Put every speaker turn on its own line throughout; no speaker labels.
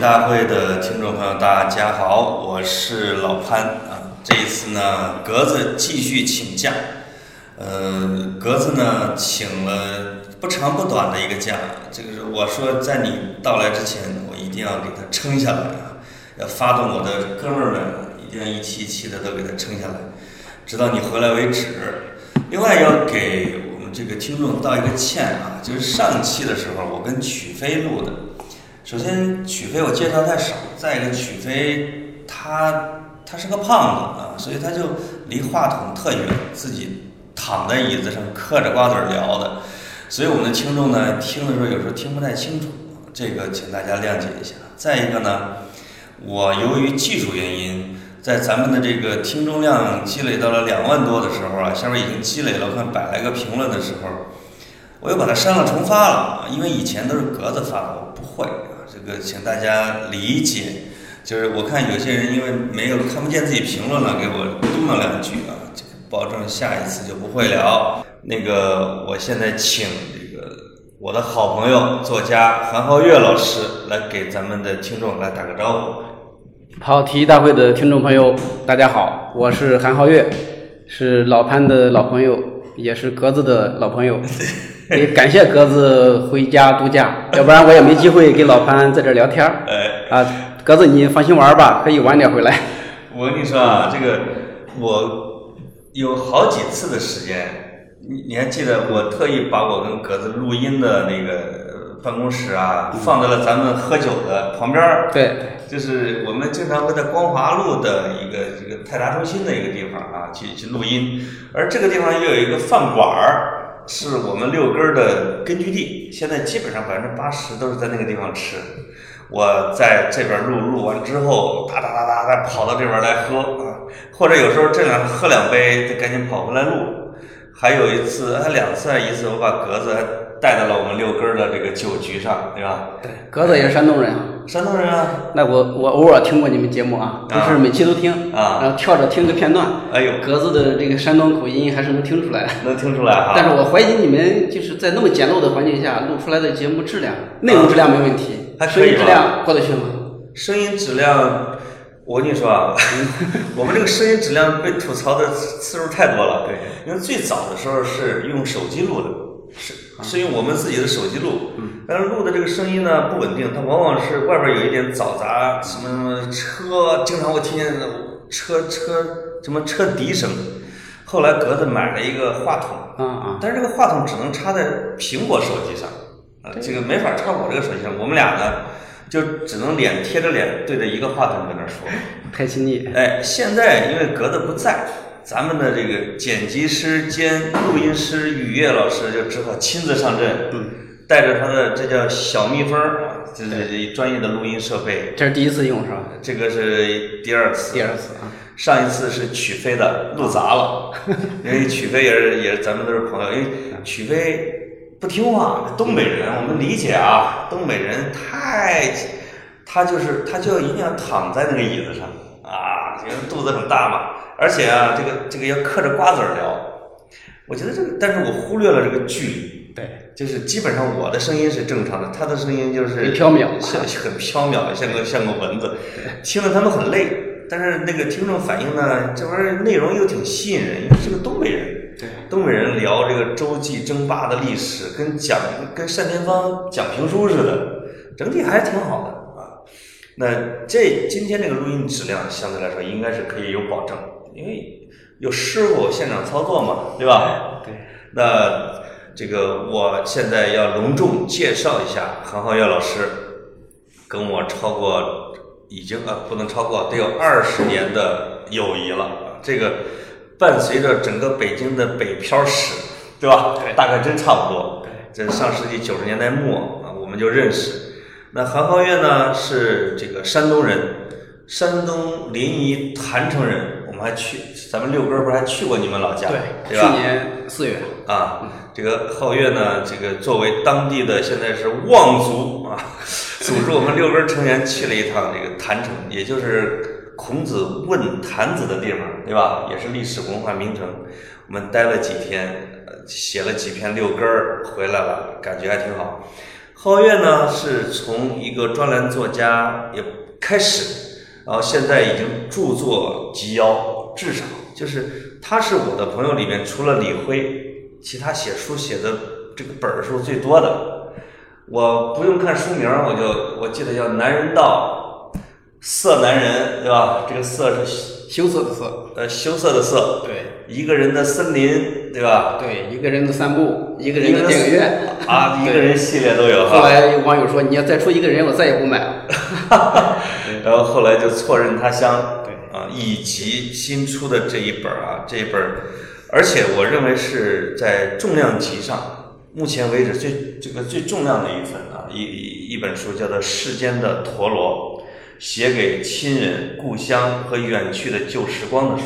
大会的听众朋友，大家好，我是老潘啊。这一次呢，格子继续请假，呃，格子呢请了不长不短的一个假，这个是我说在你到来之前，我一定要给他撑下来啊，要发动我的哥们儿们，一定要一期一期的都给他撑下来，直到你回来为止。另外要给我们这个听众道一个歉啊，就是上期的时候我跟曲飞录的，首先曲飞我介绍太少，再一个曲飞他他是个胖子啊，所以他就离话筒特远，自己躺在椅子上嗑着瓜子儿聊的，所以我们的听众呢听的时候有时候听不太清楚，这个请大家谅解一下。再一个呢，我由于技术原因，在咱们的这个听众量积累到了两万多的时候啊，下面已经积累了快百来个评论的时候，我又把它删了重发了啊，因为以前都是格子发的，我不会啊，这个请大家理解。就是我看有些人因为没有看不见自己评论了，给我嘟囔两句啊，这个保证下一次就不会了。那个，我现在请这个我的好朋友作家韩浩月老师来给咱们的听众来打个招呼。
跑题大会的听众朋友，大家好，我是韩浩月，是老潘的老朋友，也是格子的老朋友。也感谢格子回家度假，要不然我也没机会跟老潘在这聊天儿
哎，
啊。格子，你放心玩儿吧，可以晚点回来。
我跟你说啊，这个我有好几次的时间，你你还记得我特意把我跟格子录音的那个呃办公室啊，放在了咱们喝酒的旁边儿。
对，
就是我们经常会在光华路的一个这个泰达中心的一个地方啊，去去录音，而这个地方又有一个饭馆儿，是我们六根儿的根据地。现在基本上百分之八十都是在那个地方吃。我在这边录，录完之后，哒哒哒哒哒跑到这边来喝啊，或者有时候这两喝两杯，再赶紧跑回来录。还有一次，还两次，还一次我把格子还带到了我们六根儿的这个酒局上，对吧？
格子也是山东人啊。
山东人啊，
那我我偶尔听过你们节目啊，不是每期都听
啊
然后跳着听个片段。
哎呦，
格子的这个山东口音还是能听出来的，
能听出来哈、
但是我怀疑你们就是在那么简陋的环境下录出来的节目质量，内容质量没问题，
还可
声
以吧
音质量过得去吗？
声音质量，我跟你说啊， 我们这个声音质量被吐槽的次数太多了。
对，
因为最早的时候是用手机录的，是是用我们自己的手机录，但是录的这个声音呢不稳定，它往往是外边有一点嘈杂，什么车，经常会听见车车什么车笛声。后来格子买了一个话筒，
啊啊，
但是这个话筒只能插在苹果手机上，啊，这个没法插我这个手机上。我们俩呢，就只能脸贴着脸对着一个话筒在那说。
太亲密。
哎，现在因为格子不在，咱们的这个剪辑师兼录音师雨夜老师就只好亲自上阵，嗯，带着他的这叫小蜜蜂儿啊，这是专业的录音设备。
这是第一次用是吧？
这个是第二次，
第二次啊，
上一次是曲飞的录砸了，因为曲飞也是也是咱们都是朋友，因为曲飞不听话，东北人我们理解啊，东北人太他就是他就一定要躺在那个椅子上啊，因为肚子很大嘛，而且啊这个这个要嗑着瓜子儿聊，我觉得这个，但是我忽略了这个距离，
对，
就是基本上我的声音是正常的，他的声音就是
很缥缈
像很缥缈，像个像个蚊子，听得他们很累。但是那个听众反映呢，这玩意儿内容又挺吸引人，因为是个东北人，
对，
东北人聊这个洲际争霸的历史，跟讲跟单田芳讲评书似的，整体还挺好的啊。那这今天这个录音质量相对来说应该是可以有保证，因为有师傅现场操作嘛，对吧？
对，
那这个我现在要隆重介绍一下韩浩月老师，跟我超过已经啊不能超过得有二十年的友谊了啊，这个伴随着整个北京的北漂史，对吧？大概真差不多。这上世纪九十年代末啊，我们就认识。那韩浩月呢是这个山东人，山东临沂郯城人。我们还去，咱们六哥不是还去过你们老家，对吧？
去年四月，
啊，这个皓月呢，这个作为当地的现在是望族啊，组织我们六根成员去了一趟这个郯城，也就是孔子问郯子的地方，对吧？也是历史文化名城。我们待了几天，呃写了几篇六根儿回来了，感觉还挺好。皓月呢是从一个专栏作家也开始，然后现在已经著作及腰，至少就是他是我的朋友里面除了李辉，其他写书写的这个本儿数最多的。我不用看书名儿，我就我记得叫《男人道》，色男人对吧？这个色是
羞涩的涩。
呃羞涩的涩，
对
一个人的森林对吧？
对，一个人的散步，一个人的电影院。
啊，一个人系列都有
后
哈。
来有网友说，你要再出一个人，我再也不买了。
然后后来就错认他乡，
对
啊，以及新出的这一本儿啊，这一本儿，而且我认为是在重量级上，目前为止最这个最重量的一份啊，一一本书叫做《世间的陀螺》，写给亲人、故乡和远去的旧时光的书。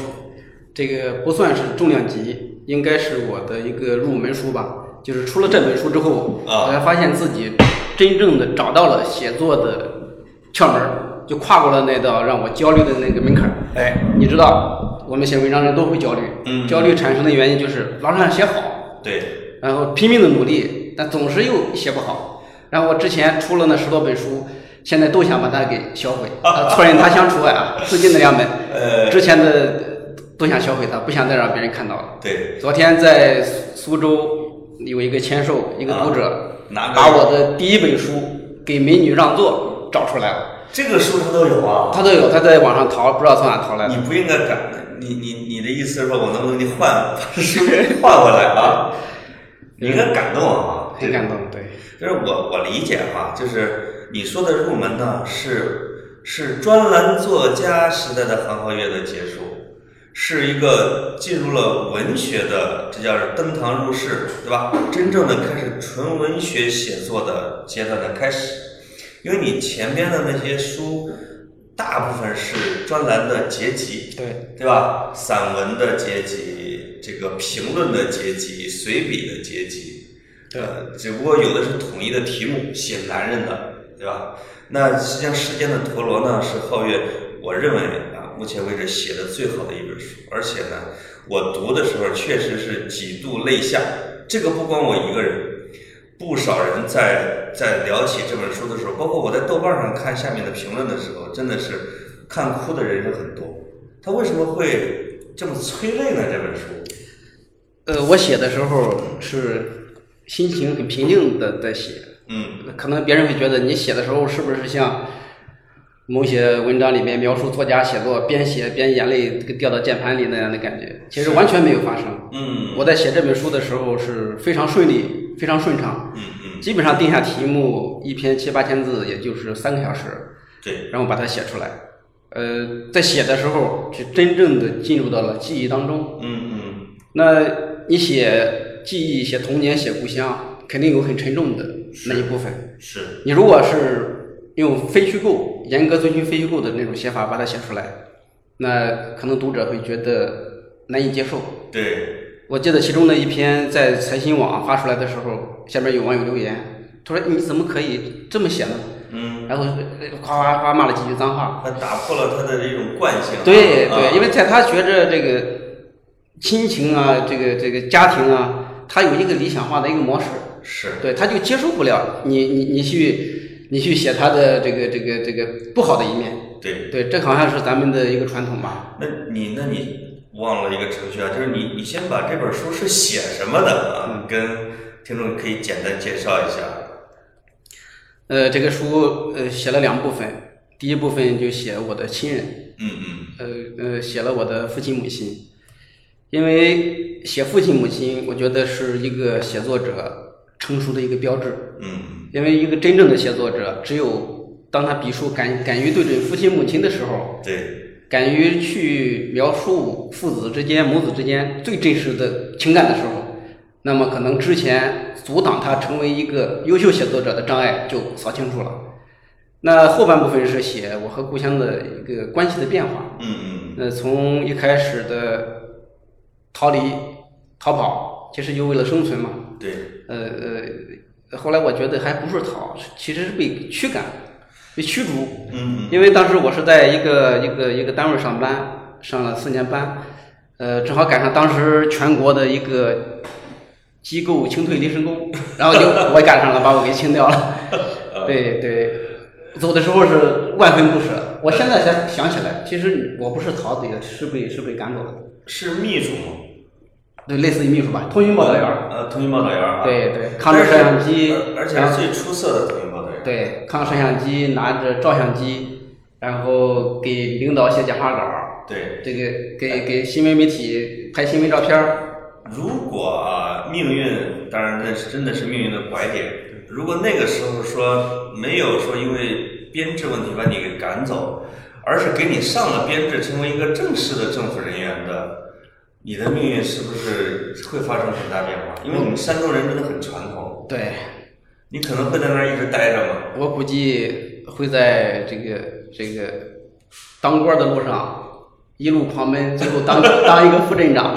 这个不算是重量级，应该是我的一个入门书吧。就是出了这本书之后，
啊
我才发现自己真正的找到了写作的窍门儿，就跨过了那道让我焦虑的那个门槛儿。
哎，
你知道，我们写文章人都会焦虑，
嗯
焦虑产生的原因就是老想写好，
对，
然后拼命的努力，但总是又写不好。然后我之前出了那十多本书，现在都想把它给销 毁，呃错认他乡除外啊，最近的两本，
呃，
之前的都想销毁它，不想再让别人看到了。
对，
昨天在苏苏州有一个签售，一个读者、
啊哪个
把我的第一本书《给美女让座》找出来了，
这个书它都有啊。
他都有，他在网上淘，不知道从哪淘来的。
你不应该改，你你你的意思是说我能不能给你换把书给换过来 啊？你应该感动啊！
很感动，对，
就是我我理解哈、就是你说的入门呢是是专栏作家时代的韩浩月的结束，是一个进入了文学的，这叫是登堂入室，对吧？真正的开始纯文学写作的阶段的开始，因为你前边的那些书大部分是专栏的结集，
对，
对吧？散文的结集，这个评论的结集，随笔的结集，呃，只不过有的是统一的题目，写男人的，对吧？那实际上《时间的陀螺》呢，是皓月我认为啊，目前为止写的最好的一本书，而且呢，我读的时候确实是几度泪下，这个不光我一个人。不少人在在聊起这本书的时候，包括我在豆瓣上看下面的评论的时候，真的是看哭的人是很多。他为什么会这么催泪呢？这本书，
呃，我写的时候是心情很平静的在写，
嗯，
可能别人会觉得你写的时候是不是像某些文章里面描述作家写作边写边眼泪掉到键盘里那样的感觉？其实完全没有发生。
嗯，
我在写这本书的时候是非常顺利、非常顺畅，
嗯嗯，
基本上定下题目，一篇七八千字，也就是三个小时，
对，
然后把它写出来。呃，在写的时候是真正的进入到了记忆当中。
嗯
那你写记忆、写童年、写故乡，肯定有很沉重的那一部分。
嗯，是，
你如果是用非虚构、严格遵循非虚构的那种写法把它写出来，那可能读者会觉得难以接受。
对，
我记得其中的一篇在财新网发出来的时候，下面有网友留言，他说：“你怎么可以这么写呢
嗯，？”
然后呃夸夸夸骂了几句脏话。
他打破了他的这种惯性啊，
对
啊
对，因为在他觉着这个亲情啊，这个这个家庭啊，他有一个理想化的一个模式，
是，
对，他就接受不了你你你去你去写他的这个这个这个不好的一面，
对，
对，这好像是咱们的一个传统吧。
那你那你忘了一个程序啊，就是你你先把这本书是写什么的啊，
嗯
跟听众可以简单介绍一下，
呃，这个书呃写了两部分，第一部分就写我的亲人，
嗯
呃呃写了我的父亲母亲，因为写父亲母亲，我觉得是一个写作者成熟的一个标志。
嗯嗯，
因为一个真正的写作者，只有当他笔数敢敢于对准父亲母亲的时候，
嗯对，
敢于去描述父子之间、母子之间最真实的情感的时候，那么可能之前阻挡他成为一个优秀写作者的障碍就扫清楚了。那后半部分是写我和故乡的一个关系的变化，
嗯嗯，
那呃从一开始的逃离、逃跑，其实就为了生存嘛，
对，
呃呃，后来我觉得还不是逃，是其实是被驱赶、被驱逐。
嗯嗯
因为当时我是在一个一个一个单位上班，上了四年班，呃，正好赶上当时全国的一个机构清退临时工，然后就我赶上了，把我给清掉了。对对，走的时候是万分不舍。我现在才想起来，其实我不是逃走的，是被是被赶走的，
是秘书吗？
对，类似于秘书吧，通讯报道员儿。
呃，通讯报道员啊。呃
对对，扛着摄像机，
而且
然后
而且是最出色的通讯报道员。
对，扛摄像机，拿着照相机，然后给领导写讲话稿儿，
对，
这个给给新闻媒体拍新闻照片儿。
如果啊，命运，当然那是真的是命运的拐点。如果那个时候说没有说因为编制问题把你给赶走，而是给你上了编制，成为一个正式的政府人员的，你的命运是不是会发生很大变化？因为你们山东人真的很传统，
对，
你可能会在那儿一直待着嘛。
我估计会在这个这个当官的路上一路狂奔，最后当 当一个副镇长，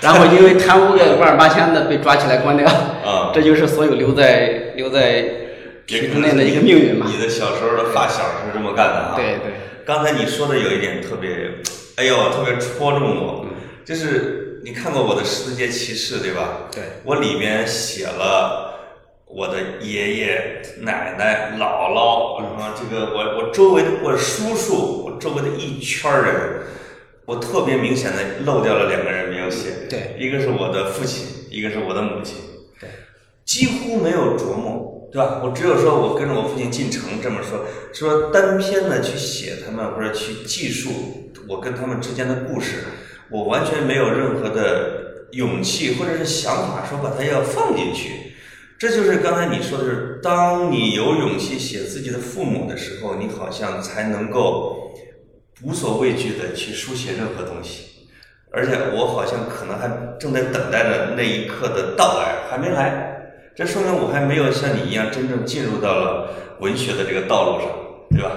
然后因为贪污个万儿八千的被抓起来关掉。
啊、
这就是所有留在留在体
也
制
可能
内的一个命运嘛。
你的小时候的发小是这么干的啊。
对对。
刚才你说的有一点特别，哎呦，特别戳中我，
嗯
就是你看过我的《十字街骑士》对吧？
对
我里面写了我的爷爷、奶奶、姥姥，什么这个我我周围的我叔叔，我周围的一圈儿人，我特别明显的漏掉了两个人没有写，
对，
一个是我的父亲，一个是我的母亲，
对，
几乎没有琢磨，对吧？我只有说我跟着我父亲进城这么说，说单篇的去写他们或者去记述我跟他们之间的故事，我完全没有任何的勇气或者是想法说把它要放进去。这就是刚才你说的是，当你有勇气写自己的父母的时候，你好像才能够无所畏惧的去书写任何东西。而且我好像可能还正在等待着那一刻的到来，还没来。这说明我还没有像你一样真正进入到了文学的这个道路上，对吧？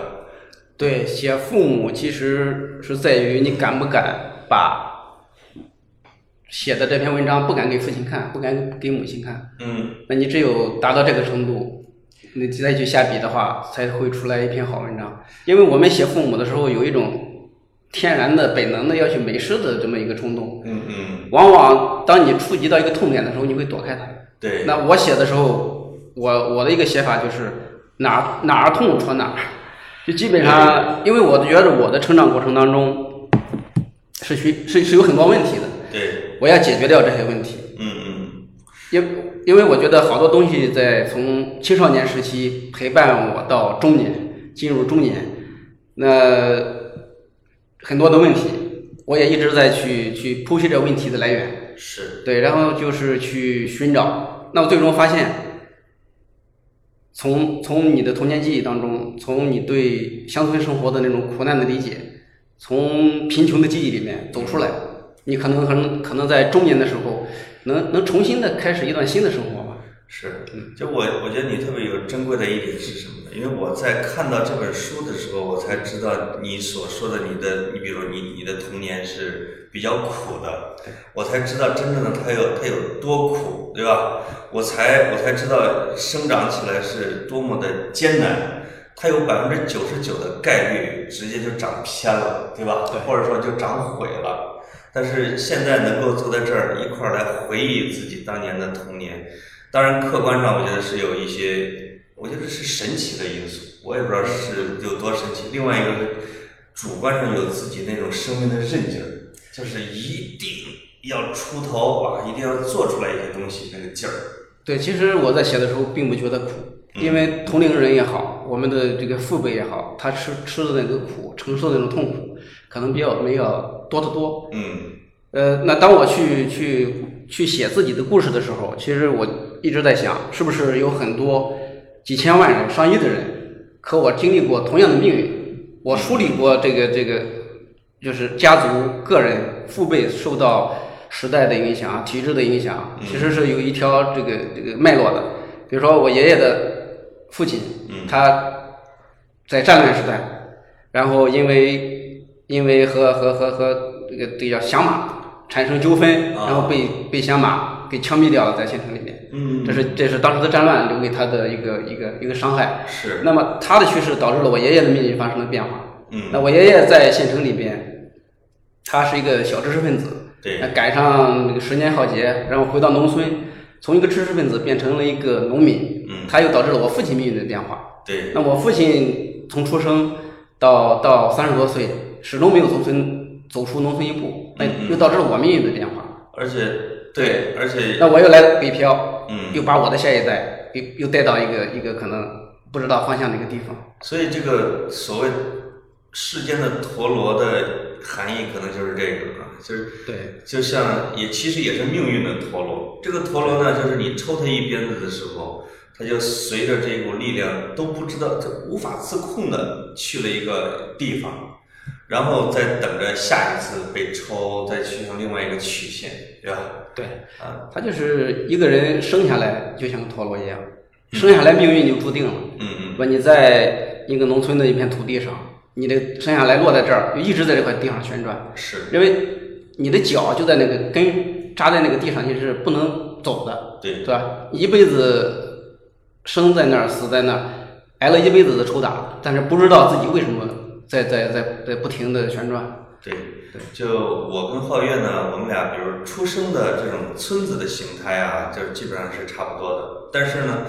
对，写父母其实是在于你敢不敢把写的这篇文章不敢给父亲看，不敢给母亲看。
嗯，
那你只有达到这个程度，你再去下笔的话，才会出来一篇好文章。因为我们写父母的时候，有一种天然的本能的要去美诗的这么一个冲动。
嗯嗯，
往往当你触及到一个痛点的时候，你会躲开它。
对，
那我写的时候，我我的一个写法就是哪儿哪儿痛戳哪儿，就基本上，因为我觉得我的成长过程当中是需是是有很多问题的，
对，
我要解决掉这些问题。
嗯
因因为我觉得好多东西在从青少年时期陪伴我到中年，进入中年，那很多的问题，我也一直在去去剖析这问题的来源。
嗯，是，
对，然后就是去寻找。那我最终发现，从从你的童年记忆当中，从你对乡村生活的那种苦难的理解，从贫穷的记忆里面走出来，你可能可能可能在中年的时候，能能重新的开始一段新的生活吧。
是，就我我觉得你特别有珍贵的一点是什么呢？因为我在看到这本书的时候，我才知道你所说的你的，你比如你你的童年是比较苦的，我才知道真正的它有它有多苦，对吧？我才我才知道生长起来是多么的艰难，它有百分之九十九的概率直接就长偏了，对吧？
对
或者说就长毁了。但是现在能够坐在这儿一块儿来回忆自己当年的童年，当然客观上我觉得是有一些，我觉得是神奇的因素，我也不知道是有多神奇。另外一个是主观上有自己那种生命的韧劲儿，就是一定要出头啊，一定要做出来一些东西那个劲儿。
对，其实我在写的时候并不觉得苦，因为同龄人也好，我们的这个父辈也好，他吃吃的那个苦，承受的那种痛苦，可能比我们要多得多。
嗯
呃，那当我去去去写自己的故事的时候，其实我一直在想，是不是有很多几千万人、上亿的人，和我经历过同样的命运？我梳理过这个这个，就是家族、个人、父辈受到时代的影响、啊体制的影响，其实是有一条这个这个脉络的。比如说我爷爷的父亲，他在战乱时代，然后因为因为和和和和这个这个叫响马产生纠纷，
啊
然后被被响马给枪毙掉了，在县城里面。
嗯，
这是这是当时的战乱留给他的一个一个一个伤害。
是
那么他的去世导致了我爷爷的命运发生了变化。
嗯
那我爷爷在县城里边，他是一个小知识分子，
对
那赶上这个十年浩劫，然后回到农村，从一个知识分子变成了一个农民，
嗯
他又导致了我父亲命运的变化。
对，
那我父亲从出生到到三十多岁，始终没有从村走出农村一步，那
嗯嗯
又导致了我命运的变化。
而且对，而且
那我又来了北漂，
嗯，
又把我的下一代又又带到一个一个可能不知道方向的一个地方。
所以这个所谓世间的陀螺的含义，可能就是这个啊，就是
对，
就像也其实也是命运的陀螺。这个陀螺呢，就是你抽它一鞭子的时候，它就随着这股力量都不知道、这无法自控的去了一个地方，然后再等着下一次被抽，再去向另外一个曲线，对吧？
对，
啊，
嗯他就是一个人生下来就像个陀螺一样，生下来命运就注定了。
嗯嗯嗯，
说你在一个农村的一片土地上，你的生下来落在这儿，就一直在这块地上旋转，
嗯是
因为你的脚就在那个根扎在那个地上，你是不能走的，
对
对吧？一辈子生在那儿，死在那儿，挨了一辈子的抽打，但是不知道自己为什么在在在在不停的旋转。
对。就我跟皓月呢，我们俩比如出生的这种村子的形态啊，就是基本上是差不多的，但是呢，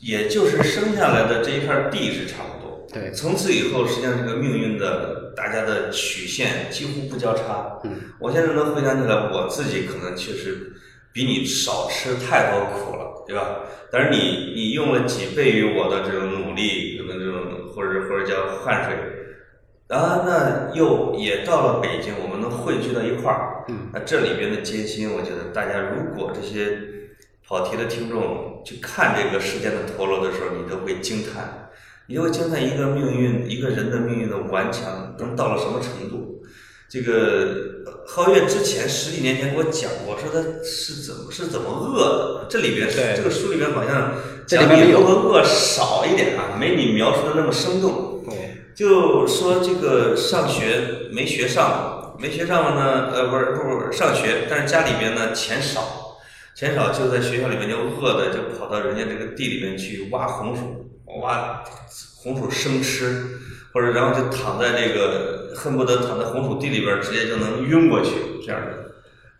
也就是生下来的这一片地是差不多。
对，
从此以后，实际上这个命运的大家的曲线几乎不交叉。
嗯，
我现在能回想起来，我自己可能确实比你少吃太多苦了，对吧？但是你你用了几倍于我的这种努力，可能这种或者或者叫汗水，然后那又也到了北京，我们能汇聚到一块儿。
嗯，
那这里边的艰辛，我觉得大家如果这些跑题的听众去看这个世间的陀螺的时候，你都会惊叹，你就会惊叹一个命运，一个人的命运的顽强能到了什么程度。这个呃皓月之前十几年前给我讲过，说他是怎么是怎么饿的，这里边
对
这个书里边好像
这里
讲
边
你
没有
如何饿少一点啊，没你描述的那么生动。
对，
就说这个上学没学上，没学上呢，呃，不是不是上学，但是家里边呢钱少，钱少就在学校里面就饿的就跑到人家这个地里面去挖红薯，挖红薯生吃，或者然后就躺在这个恨不得躺在红薯地里边直接就能晕过去这样的。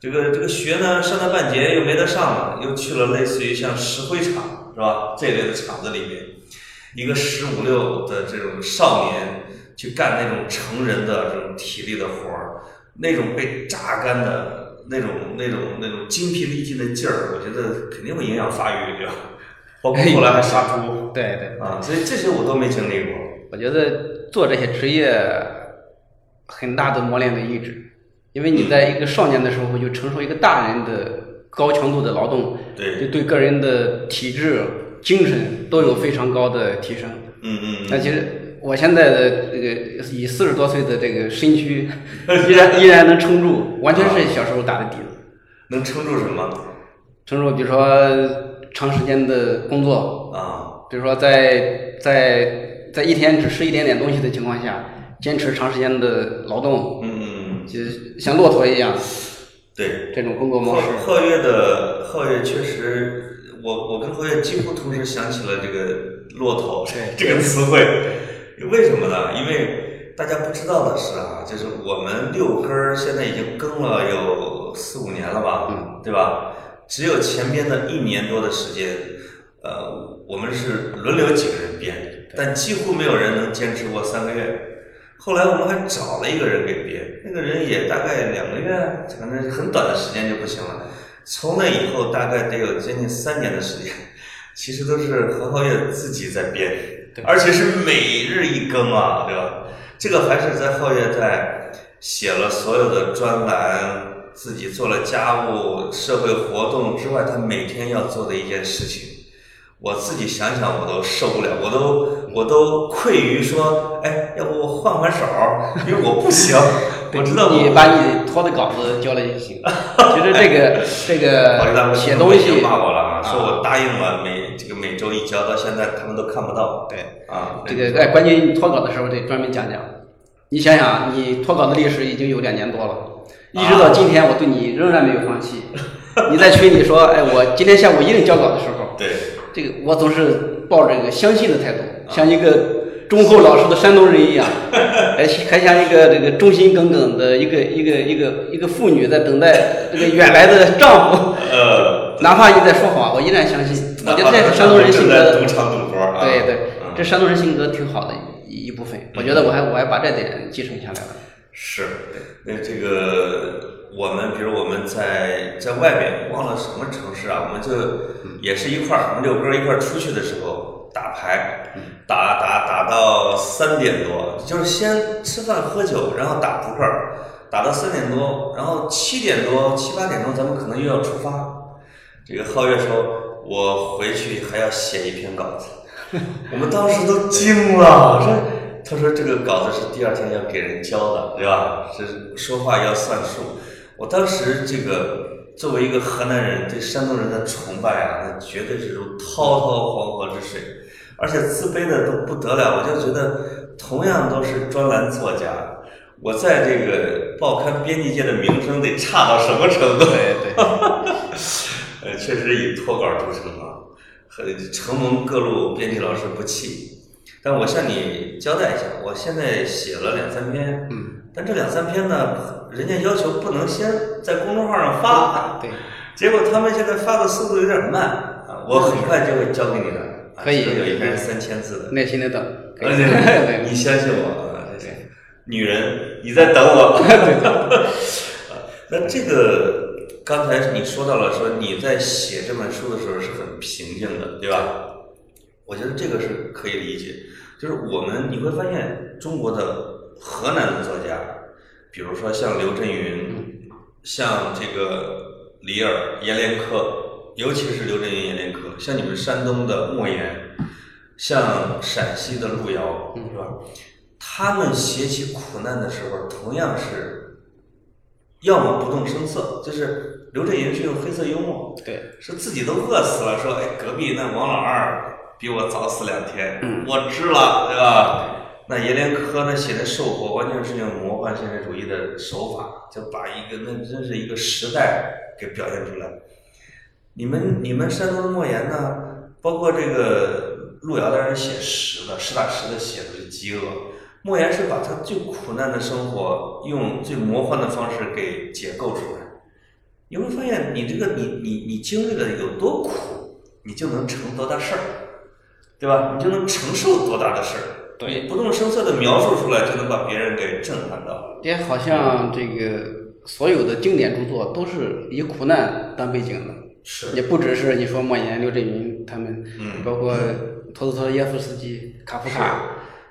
这个这个学呢上到半截又没得上了，又去了类似于像石灰厂是吧这类的厂子里面。一个十五六的这种少年去干那种成人的这种体力的活儿，那种被榨干的那种、那种、那种精疲力尽的劲儿，我觉得肯定会影响发育，对吧？包括后来还杀猪
对对，
啊，所以这些我都没经历过。
我觉得做这些职业很大的磨练的意志，因为你在一个少年的时候就承受一个大人的高强度的劳动，
对，
就对个人的体质、精神都有非常高的提升。
嗯嗯
那
嗯，
其实我现在的这个以四十多岁的这个身躯， 依然依然能撑住，完全是小时候打的底子。
能撑住什么
撑住，比如说长时间的工作，
啊？
比如说在在在一天只吃一点点东西的情况下，坚持长时间的劳动，
嗯，嗯，
就是像骆驼一样
对。
这种工作模
皓
式。
皓月的皓月确实，我我跟皓月几乎同时想起了这个“骆驼
对”
这个词汇，为什么呢？因为大家不知道的是啊，就是我们六根儿现在已经更了有四五年了吧，
嗯
对吧？只有前边的一年多的时间，呃，我们是轮流几个人编，但几乎没有人能坚持过三个月。后来我们还找了一个人给编，那个人也大概两个月，反正很短的时间就不行了。从那以后，大概得有将近三年的时间，其实都是何皓月自己在编，
对
而且是每日一更啊，对吧？这个还是在皓月在写了所有的专栏，自己做了家务、社会活动之外，他每天要做的一件事情。我自己想想我都受不了，我都
嗯
我都愧于说，哎，要不我换换手儿，因为我不 行，我知道我
你把你拖的稿子交了就行。其实这个 这
保利大会
个呃写东西，
骂我了啊，说
啊
我答应了每这个每周一交，到现在他们都看不到
对
啊。
这个哎，关键你脱稿的时候得专门讲讲。你想想，你脱稿的历史已经有两年多了，一直到
啊
今天，我对你仍然没有放弃。你在群里说，哎，我今天下午一定交稿的时候，
对
这个我总是抱着一个相信的态度，像一个忠厚老实的山东人一样，还还像一个这个忠心耿耿的一个一个一个一个妇女在等待这个远来的丈夫。
呃，
哪怕你在说谎，我依然相信。我
哪
觉得
怕
这是山东人性格
正在
的
赌场赌博啊，
对对，
嗯
这山东人性格挺好的一一部分，我觉得我还我还把这点继承下来了。
是，那这个我们，比如我们在在外边，忘了什么城市啊，我们就也是一块儿，我们六哥一块儿出去的时候打牌，打打打到三点多，就是先吃饭喝酒，然后打扑克儿，打到三点多，然后七点多七八点钟咱们可能又要出发。这个皓月说，我回去还要写一篇稿子， 我们当时都惊了，说他说这个稿子是第二天要给人交的，对吧？是说话要算数。我当时这个作为一个河南人，对山东人的崇拜啊，那绝对是如滔滔黄河之水，而且自卑的都不得了。我就觉得，同样都是专栏作家，我在这个报刊编辑界的名声得差到什么程度？
对对，
呃，确实以脱稿著称啊，很承蒙各路编辑老师不弃。但我向你交代一下，我现在写了两三篇，
嗯，
但这两三篇呢，人家要求不能先在公众号上发，
对，
结果他们现在发的速度有点慢啊，我很快就会交给你的。啊
可
其
以
中有一篇是三千字的，
耐心的等。可以
而且你相信我，啊，这是女人，你在等我。 啊那这个刚才你说到了，说你在写这本书的时候是很平静的，对吧？我觉得这个是可以理解。就是我们你会发现，中国的河南的作家，比如说像刘震云，像这个李耳、阎连科，尤其是刘震云、阎连科，像你们山东的莫言，像陕西的路遥，是吧？他们写起苦难的时候，同样是要么不动声色，就是刘震云是用黑色幽默，
对，
是自己都饿死了，说哎，隔壁那王老二比我早死两天，我知了，对吧？那阎连科呢写的《兽活》，完全是用魔幻现实主义的手法，就把一个那真是一个时代给表现出来。你们你们山东的莫言呢，包括这个路遥，当然写实的，实打实的写的是饥饿。莫言是把他最苦难的生活用最魔幻的方式给解构出来。你会发现，你这个你你你经历了有多苦，你就能成多大事儿，对吧？你就能承受多大的事儿。
对
你不动声色的描述出来，就能把别人给震撼到。
也好像这个所有的经典著作都是以苦难当背景的，
是
也不只是你说莫言、刘震云他们，
嗯
包括托斯托耶夫斯基、卡夫卡，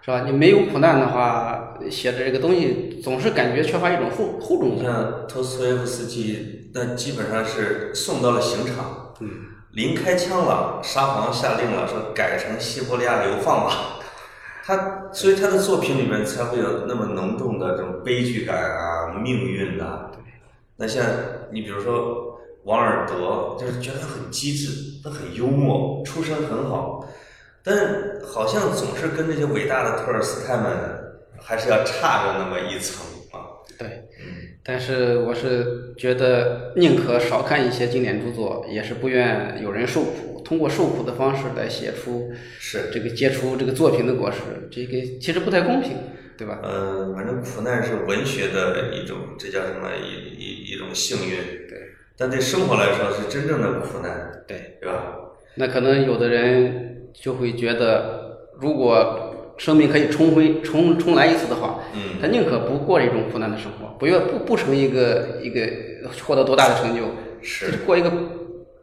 是吧？你没有苦难的话，写的这个东西总是感觉缺乏一种厚厚重
你
感。
像托斯托耶夫斯基，那基本上是送到了刑场，
嗯，
临开枪了，沙皇下令了，说改成西伯利亚流放吧。 他所以他的作品里面才会有那么浓重的这种悲剧感啊、命运呐、那像你比如说王尔德，就是觉得他很机智，他很幽默，出身很好，但好像总是跟这些伟大的托尔斯泰们还是要差着那么一层啊。
对，
嗯，
但是我是觉得宁可少看一些经典著作，也是不愿有人受苦，通过受苦的方式来写出
是
这个结出这个作品的果实，这个其实不太公平，对吧？
呃，反正苦难是文学的一种，这叫什么一一一种幸运。
对。
但对生活来说是真正的苦难，
对，
对吧？
那可能有的人就会觉得，如果生命可以重回重重来一次的话，
嗯
他宁可不过一种苦难的生活，不愿不不成一个一个获得多大的成就，
是
就。过一个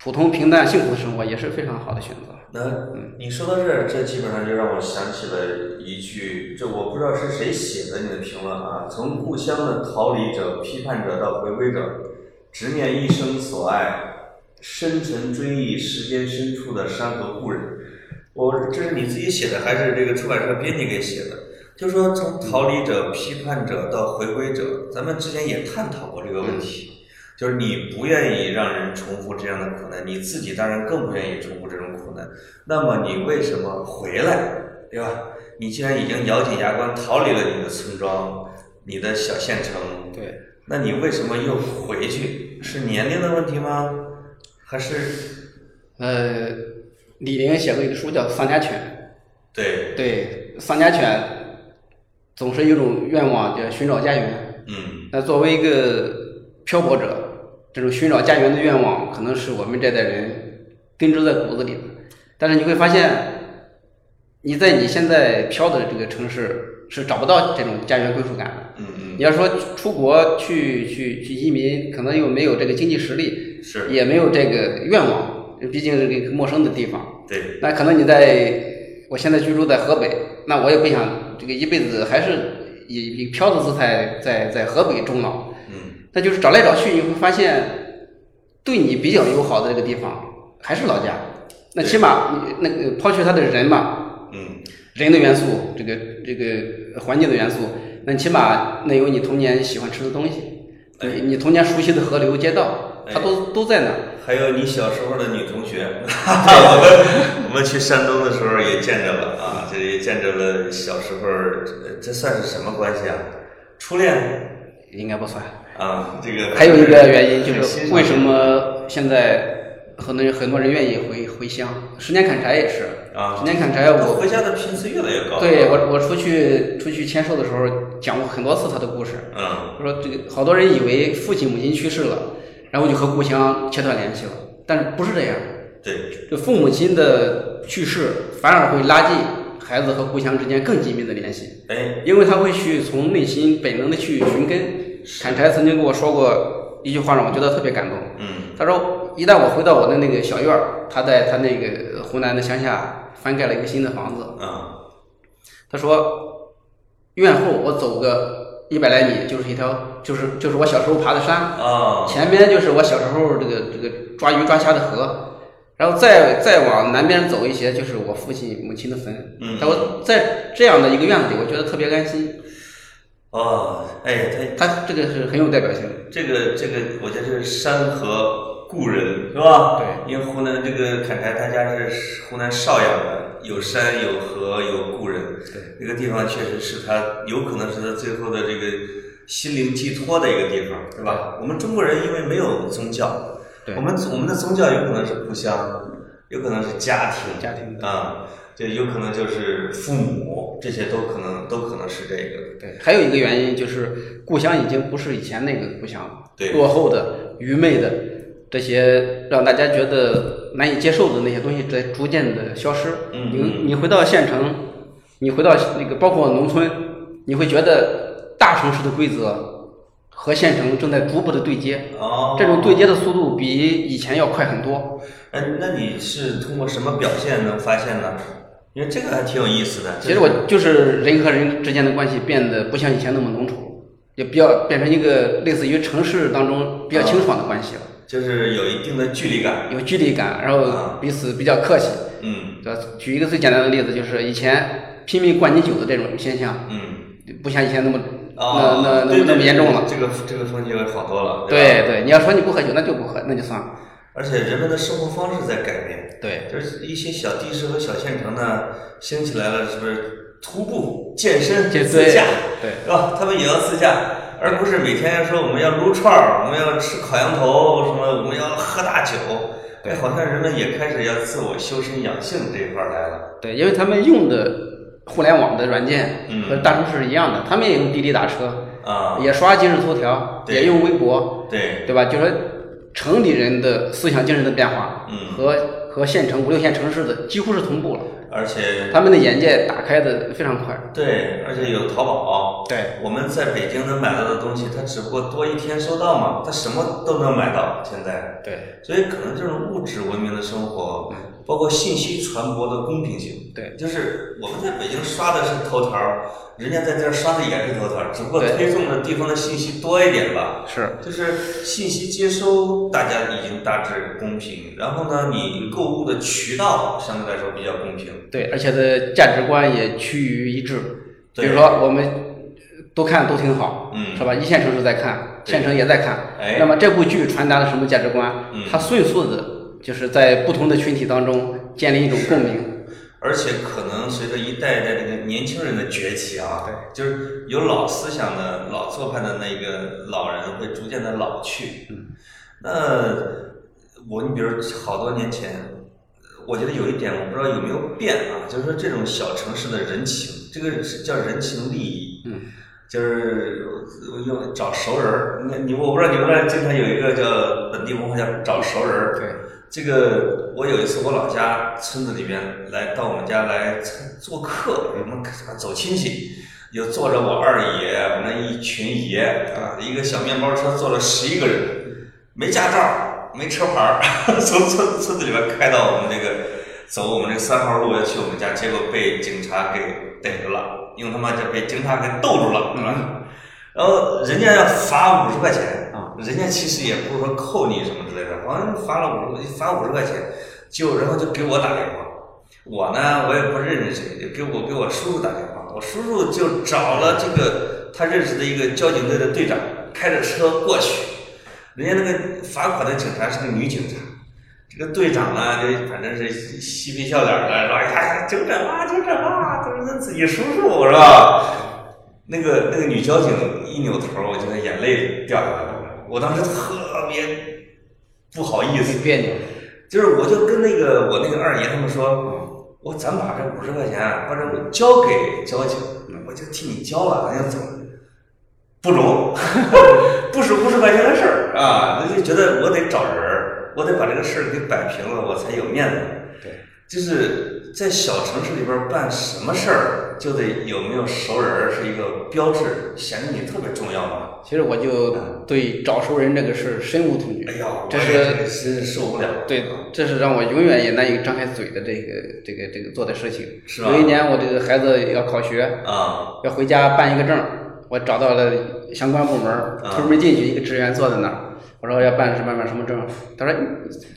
普通平淡幸福的生活也是非常好的选择。
那你说到这儿，这基本上就让我想起了一句，这我不知道是谁写的你的评论啊。从故乡的逃离者、批判者到回归者，执念一生所爱，深沉追忆时间深处的山河故人。我这是你自己写的，还是这个出版社编辑给写的？就说从逃离者、批判者到回归者，咱们之前也探讨过这个问题。就是你不愿意让人重复这样的苦难，你自己当然更不愿意重复这种苦难。那么你为什么回来，对吧？你既然已经咬紧牙关逃离了你的村庄、你的小县城，
对，
那你为什么又回去？是年龄的问题吗？还是
呃，李陵写过一个书叫《丧家犬》，
对，
对，丧家犬总是有一种愿望，叫寻找家园。
嗯
那作为一个漂泊者，这种寻找家园的愿望，可能是我们这代人根植在骨子里的。但是你会发现，你在你现在飘的这个城市是找不到这种家园归属感的。
嗯嗯，
你要说出国去去去移民，可能又没有这个经济实力，
是
也没有这个愿望，毕竟是一个陌生的地方。
对，
那可能你在，我现在居住在河北，那我也不想这个一辈子还是以以漂的姿态在在河北终老。
嗯
那就是找来找去，你会发现，对你比较友好的这个地方还是老家。那起码你那个抛去他的人嘛，
嗯
人的元素，这个这个环境的元素，那起码那有你童年喜欢吃的东西，你你童年熟悉的河流、街道，它都都在那儿。
还有你小时候的女同学， 我们我们去山东的时候也见着了啊，这也见着了小时候，呃这算是什么关系啊？初恋
应该不算。
啊，这个
还有一个原因就
很欣
是
赏
为什么现在很多人很多人愿意回回乡，十年砍柴也是，
啊哦
十年砍柴我
回家的频次越来越高，
对，我我出去出去签售的时候讲过很多次他的故事。
嗯
我说这个好多人以为父亲母亲去世了，然后就和故乡切断联系了，但是不是这样？
对，
这父母亲的去世反而会拉近孩子和故乡之间更紧密的联系，
哎
因为他会去从内心本能的去寻根。砍柴曾经跟我说过一句话，让我觉得特别感动。
嗯
他说，一旦我回到我的那个小院儿，他在他那个湖南的乡下翻盖了一个新的房子，
啊
他说，院后我走个一百来米就是一条，就是就是我小时候爬的山，
啊
前边就是我小时候这个这个抓鱼抓虾的河，然后再再往南边走一些就是我父亲母亲的坟。
嗯
他说在这样的一个院子里，我觉得特别安心。
哦，哎，他
他这个是很有代表性的。
这个这个，我觉得是山河故人，是吧？对，因为湖南这个砍柴，他家是湖南邵阳的，有山有河有故人，
对，
那个地方确实是他，有可能是他最后的这个心灵寄托的一个地方，对吧？我们中国人因为没有宗教，
对
我们我们的宗教有可能是故乡，有可能是家庭，
家庭
啊，就有可能就是父母，这些都可能都可能是这个，
对，还有一个原因就是故乡已经不是以前那个故乡了，
对
落后的、愚昧的这些让大家觉得难以接受的那些东西在逐渐的消失。
嗯
你你回到县城，你回到那个包括农村，你会觉得大城市的规则和县城正在逐步的对接，
哦，
这种对接的速度比以前要快很多。
哎，那你是通过什么表现能发现呢？因为这个还挺有意思的。
其实我就是人和人之间的关系变得不像以前那么浓稠，也比较变成一个类似于城市当中比较清爽的关系了。
就是有一定的距离感。
有距离感，然
啊
后彼此比较客气。
嗯
对吧？举一个最简单的例子，就是以前拼命灌你酒的这种现象，
嗯。
不像以前那么、
哦，
那那那
对
么那么严重了。。
对对这个这个风气会好多了。吧
对对，你要说你不喝酒，那就不喝，那就算了。
而且人们的生活方式在改变，
对
就是一些小地市和小县城呢兴起来了，是不是？徒步、健身、
对
自驾，
对
是吧？他们也要自驾，而不是每天说我们要撸串儿，我们要吃烤羊头，什么我们要喝大酒。
对
哎，好像人们也开始要自我修身养性这一块儿来了。
对，因为他们用的互联网的软件
嗯
和大城市是一样的，他们也用滴滴打车，
啊，
也刷今日头条，
对
也用微博，
对，
对吧？就说城里人的思想精神的变化，
嗯
和和县城五六线城市的几乎是同步了，
而且
他们的眼界打开的非常快。
对，而且有淘宝，
对，
我们在北京能买到的东西，它只不过多一天收到嘛，它什么都能买到。现在，
对
所以可能这种物质文明的生活，包括信息传播的公平性，
对
就是我们在北京刷的是头条儿，人家在这儿刷的也是头条儿，只不过
对
推送的地方的信息多一点吧。
是，
就是信息接收，大家已经大致公平。然后呢，你购物的渠道相对来说比较公平。
对，而且的价值观也趋于一致。比
对
如说，我们都看都挺好，
嗯
是吧？一线城市在看，
对
县城也在看。
哎
那么这部剧传达了什么价值观？
嗯
它迅速的，就是在不同的群体当中建立一种共鸣。
而且可能随着一代一代这个年轻人的崛起啊，
对，
就是有老思想的、老做派的那个老人会逐渐的老去。嗯，那我你比如好多年前，我觉得有一点我不知道有没有变啊，就是说这种小城市的人情，这个是叫人情利益。
嗯，
就是我就找熟人儿。那你我不知道你们那儿经常有一个叫本地文化叫找熟人儿。
对，
这个我有一次我老家村子里面来到我们家来做客，我们走亲戚，有坐着我二爷，我们一群爷啊，一个小面包车坐了十一个人，没驾照，没车牌儿， 从村村子里面开到我们这个走我们这个三号路要去我们家，结果被警察给逮住了，用他妈就被警察给逗住了，然后人家要罚五十块钱
啊，
人家其实也不是说扣你什么之类的，好像罚了五十罚五十块钱，就然后就给我打电话，我呢我也不认识谁，就给我给我叔叔打电话，我叔叔就找了这个他认识的一个交警队的队长，开着车过去，人家那个罚款的警察是个女警察。这个队长呢，就反正是嬉皮笑脸的，然后哎呀，就这啦，就这啦，都是自己叔叔是吧？那个那个女交警一扭头，我觉得眼泪掉下来了。我当时特别不好意思，
别扭，
就是我就跟那个我那个二爷他们说，我咱把这五十块钱啊，或者我交给交警，我就替你交了，咱就走。不中， 不是五十块钱的事儿啊，那就觉得我得找人儿，我得把这个事儿给摆平了，我才有面子。
对，
就是在小城市里边儿办什么事儿，就得有没有熟人儿是一个标志，显得你特别重要嘛。
其实我就对找熟人这个事儿深恶痛
哎
绝，
呀，我
这
也
是
真是受不了。
对，这是让我永远也难以张开嘴的这个这个这个做的事情。
是啊吧
有一年我这个孩子要考学，
啊，
要回家办一个证儿，我找到了相关部门儿，
啊
推门进去，一个职员坐在那儿，我说要办什么办什么证儿，他说你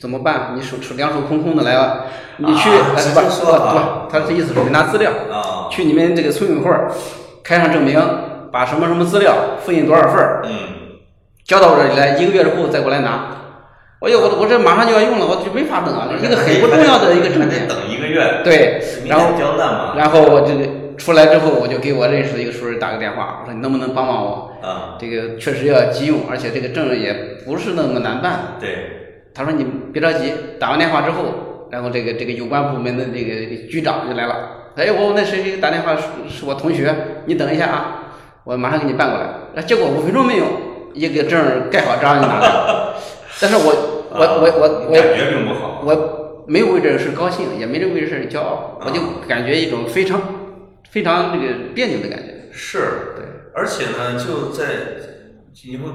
怎么办？你手手两手空空的来了，你去
啊
哎
直接
不
说啊
不，他这意思是你拿资料，
啊，
去你们这个村委会儿开上证明，把什么什么资料复印多少份儿，
嗯，
交到我这里来，一个月之后再过来拿。哎呦，我我这马上就要用了，我就没法等啊，这一个很不重要的一个证
还得
件。
等一个月，
对，
明
然后
天交代嘛。
然后我这个出来之后，我就给我认识的一个熟人打个电话，我说你能不能帮帮我？
啊，
这个确实要急用，而且这个证也不是那么难办。
对，
他说你别着急，打完电话之后，然后这个这个有关部门的这个局长就来了，哎，我那谁谁打电话是是我同学，你等一下啊，我马上给你办过来。那结果五分钟没有，一个证儿盖好章就拿了。但是我我我我
啊感
我
觉并不好。
我没有为这个事高兴，也没有为这事骄傲，我就感觉一种非常非常这个别扭的感觉。
是，
对，
而且呢，就在你会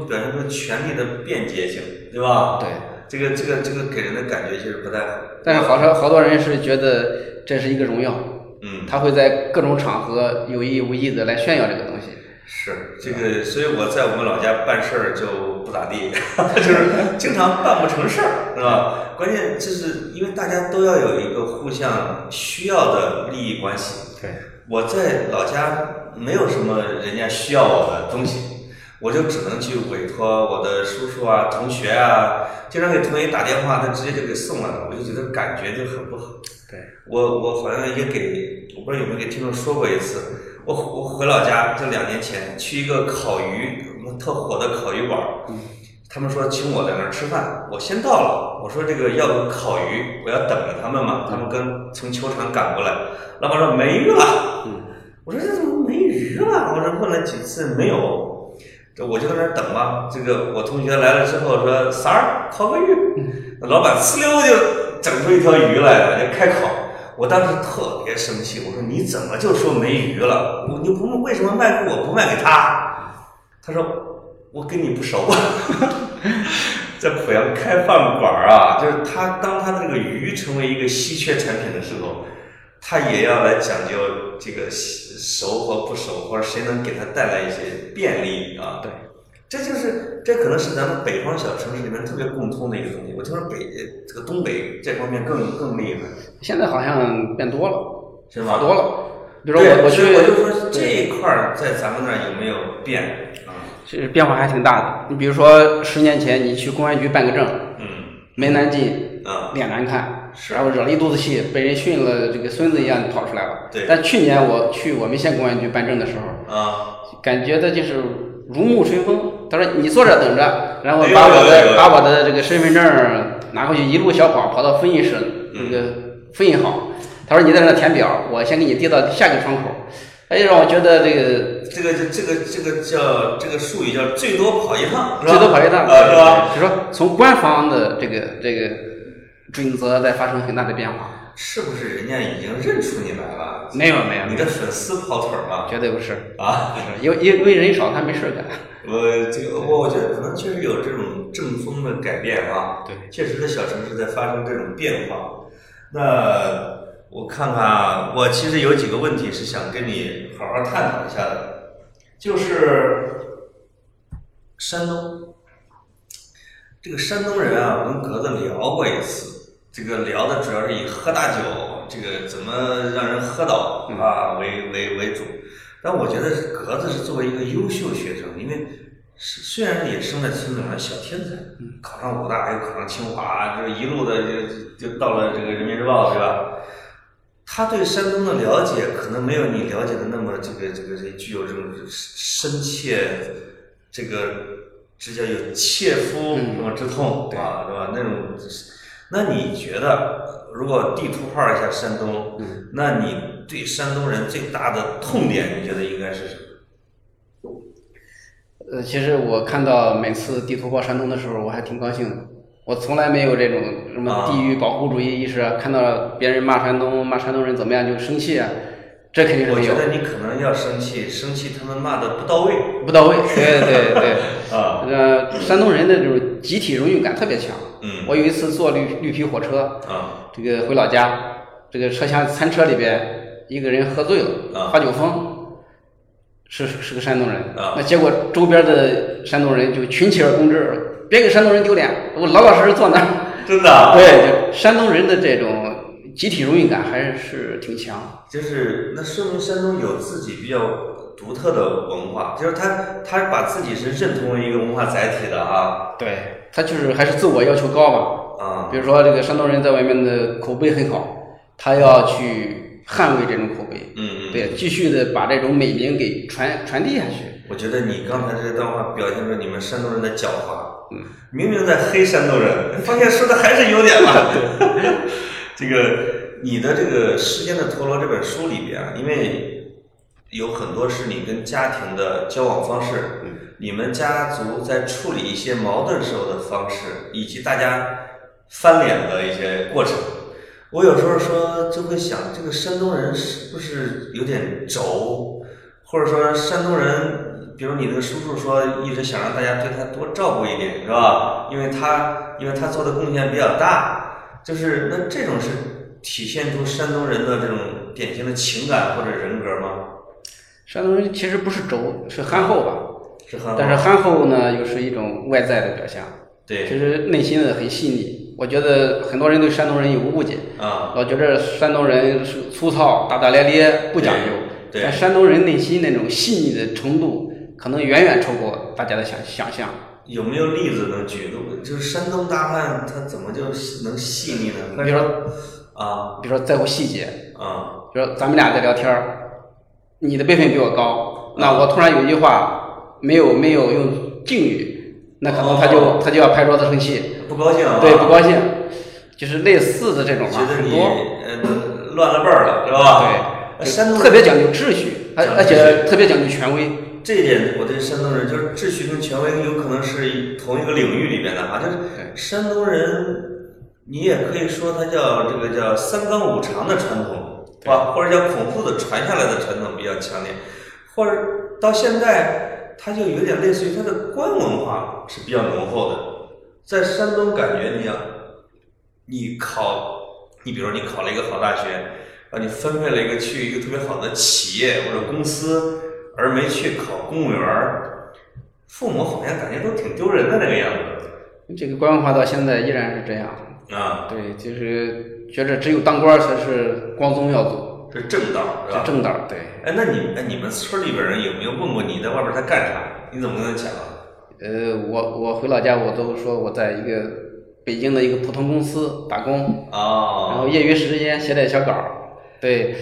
表现出权力的便捷性，对吧？
对，
这个这个这个给人的感觉其实不太好。
但是好多好多人是觉得这是一个荣耀，
嗯，
他会在各种场合有意无意的来炫耀这个东西。
是这个，所以我在我们老家办事儿就不咋地， 就是经常办不成事儿，是吧？关键就是因为大家都要有一个互相需要的利益关系，
对，
我在老家没有什么人家需要我的东西，我就只能去委托我的叔叔啊、同学啊，经常给同学打电话，他直接就给送来了，我就觉得感觉就很不好。
对，
我我好像也给，我不知道有没有给听众说过一次，我我回老家就两年前去一个烤鱼，我们特火的烤鱼馆儿，他们说请我在那儿吃饭，我先到了，我说这个要个烤鱼，我要等着他们嘛，他们跟从球场赶过来，老板说没鱼了，我说这怎么没鱼了？我这问了几次没有，这我就在那儿等吧。这个我同学来了之后说三儿烤个鱼，老板呲溜就整出一条鱼来了，就开烤。我当时特别生气，我说你怎么就说没鱼了？我你不为什么卖给我不卖给他？他说我跟你不熟。啊在濮阳开饭馆儿啊，就是他当他那个鱼成为一个稀缺产品的时候，他也要来讲究这个熟或不熟，或者谁能给他带来一些便利啊。
对，
这就是这可能是咱们北方小城市里面特别共通的一个东西。我听说北这个东北这方面更更厉害，
现在好像变多了，
是
好
吗？
多了。比
啊对，
如说我我
所
去
以，我就说这
对
一块儿在咱们那儿有没有变啊？
其实变化还挺大的。你比如说十年前你去公安局办个证，
嗯
门难进，
啊，
脸难看，
是
然后惹了一肚子气，被人训了这个孙子一样跑出来了。
对
但去年我去我们县公安局办证的时候，
啊，
感觉他就是如沐春风。他说你坐这儿等着，然后
哎呦
把我
哎呦哎
的
呦
把我的这个身份证儿拿回去，一路小跑跑到复印
嗯
室，那个复印好。他说你在那儿填表，我先给你递到下一个窗口。哎，让我觉得这个
这个这个这个叫这个术语叫最多跑一趟，是吧
最多跑一趟，
啊，是吧？
就说从官方的这个这个准则在发生很大的变化。
是不是人家已经认出你来了？
没有没有，
你的粉丝跑腿儿吗？
绝对不是，
啊，
不是，因为因为人少，他没事儿干。
我呃这个我我觉得可能确实有这种政风的改变啊，
对，
确实的小城市在发生这种变化。那我看看啊，我其实有几个问题是想跟你好好探讨一下的，就是山东这个山东人啊，我跟格子聊过一次，这个聊的主要是以喝大酒，这个怎么让人喝倒啊为为为主。但我觉得格子是作为一个优秀学生，因为是虽然也生在村子里，小天才，考上武大又考上清华，就是一路的就就到了这个人民日报，对吧？他对山东的了解可能没有你了解的那么这个这个这具有这种深切这个这叫有切肤什么之痛、
对
啊，对吧？那种，那你觉得如果地图炮一下山东，
嗯
那你对山东人最大的痛点，你觉得应该是什么？
呃，其实我看到每次地图报山东的时候，我还挺高兴的。我从来没有这种什么地域保护主义意识啊，看到别人骂山东、骂山东人怎么样就生气啊，这肯定是
我
没
觉
有，
得你可能要生气，生气他们骂的不到位
不到位。 对对对，
啊，
呃，山东人的这种集体荣誉感特别强。
嗯
我有一次坐绿绿皮火车，
啊
这个回老家，这个车厢餐车里边一个人喝醉
啊
了，发酒疯，是是个山东人。
啊
那结果周边的山东人就群起而攻之，别给山东人丢脸，我老老实实坐那儿。
真的啊，
对，就山东人的这种集体荣誉感还是挺强。
就是那说明山东有自己比较独特的文化，就是他他把自己是认同为一个文化载体的啊
对他就是还是自我要求高吧。
啊，
比如说这个山东人在外面的口碑很好，他要去捍卫这种口碑，
嗯嗯，
对，继续的把这种美名给传传递下去。
我觉得你刚才这段话表现出你们山东人的狡猾，明明在黑山东人，发现说的还是优点嘛。 这个你的这个《时间的陀螺》这本书里边啊，因为有很多是你跟家庭的交往方式，你们家族在处理一些矛盾时候的方式，以及大家翻脸的一些过程。我有时候说就会想，这个山东人是不是有点轴，或者说山东人，比如你的叔叔说一直想让大家对他多照顾一点，是吧？因为他因为他做的贡献比较大，就是那这种是体现出山东人的这种典型的情感或者人格吗？
山东人其实不是轴，是憨厚吧？
是很好
但是憨厚呢，又是一种外在的表象，
对
其实内心的很细腻。我觉得很多人对山东人有误解，
啊，
老觉着山东人是粗糙、大大咧咧、不讲究。
对对
但山东人内心那种细腻的程度，可能远远超过大家的想想象。
有没有例子能举例？就是山东大汉他怎么就能细腻呢？那
比如说，
啊
比如说在乎细节，
啊
比如说咱们俩在聊天儿，你的辈分比我高，
嗯
那我突然有一句话没有没有用敬语，那可能他就、
哦
他就要拍桌子生气，
不高兴啊？
对，不高兴，就是类似的这种
觉
话
得
很
你
多。
呃乱了辈儿了，是吧？呃
对，
山东
特别讲究秩序，而
讲
而
秩序
且特别讲究权威。
这一点，我对山东人就是秩序跟权威有可能是一同一个领域里边的啊，就是
对
山东人，你也可以说他叫这个叫三纲五常的传统，是吧？或者叫孔夫子传下来的传统比较强烈，或者到现在，他就有点类似于他的官文化是比较浓厚的，在山东感觉你要你考，你比如说你考了一个好大学，然后你分配了一个去一个特别好的企业或者公司，而没去考公务员儿，父母好像感觉都挺丢人的那个样子
这个官文化到现在依然是这样。
啊，
对，就是觉着只有当官儿才是光宗耀祖，
这正道是
这
吧？
正道儿。对，
哎，那你哎，你们村里边人有没有问过你在外边在干啥？你怎么跟他讲啊？
呃，我我回老家，我都说我在一个北京的一个普通公司打工，然
哦，
后业余时间写点小稿儿。对，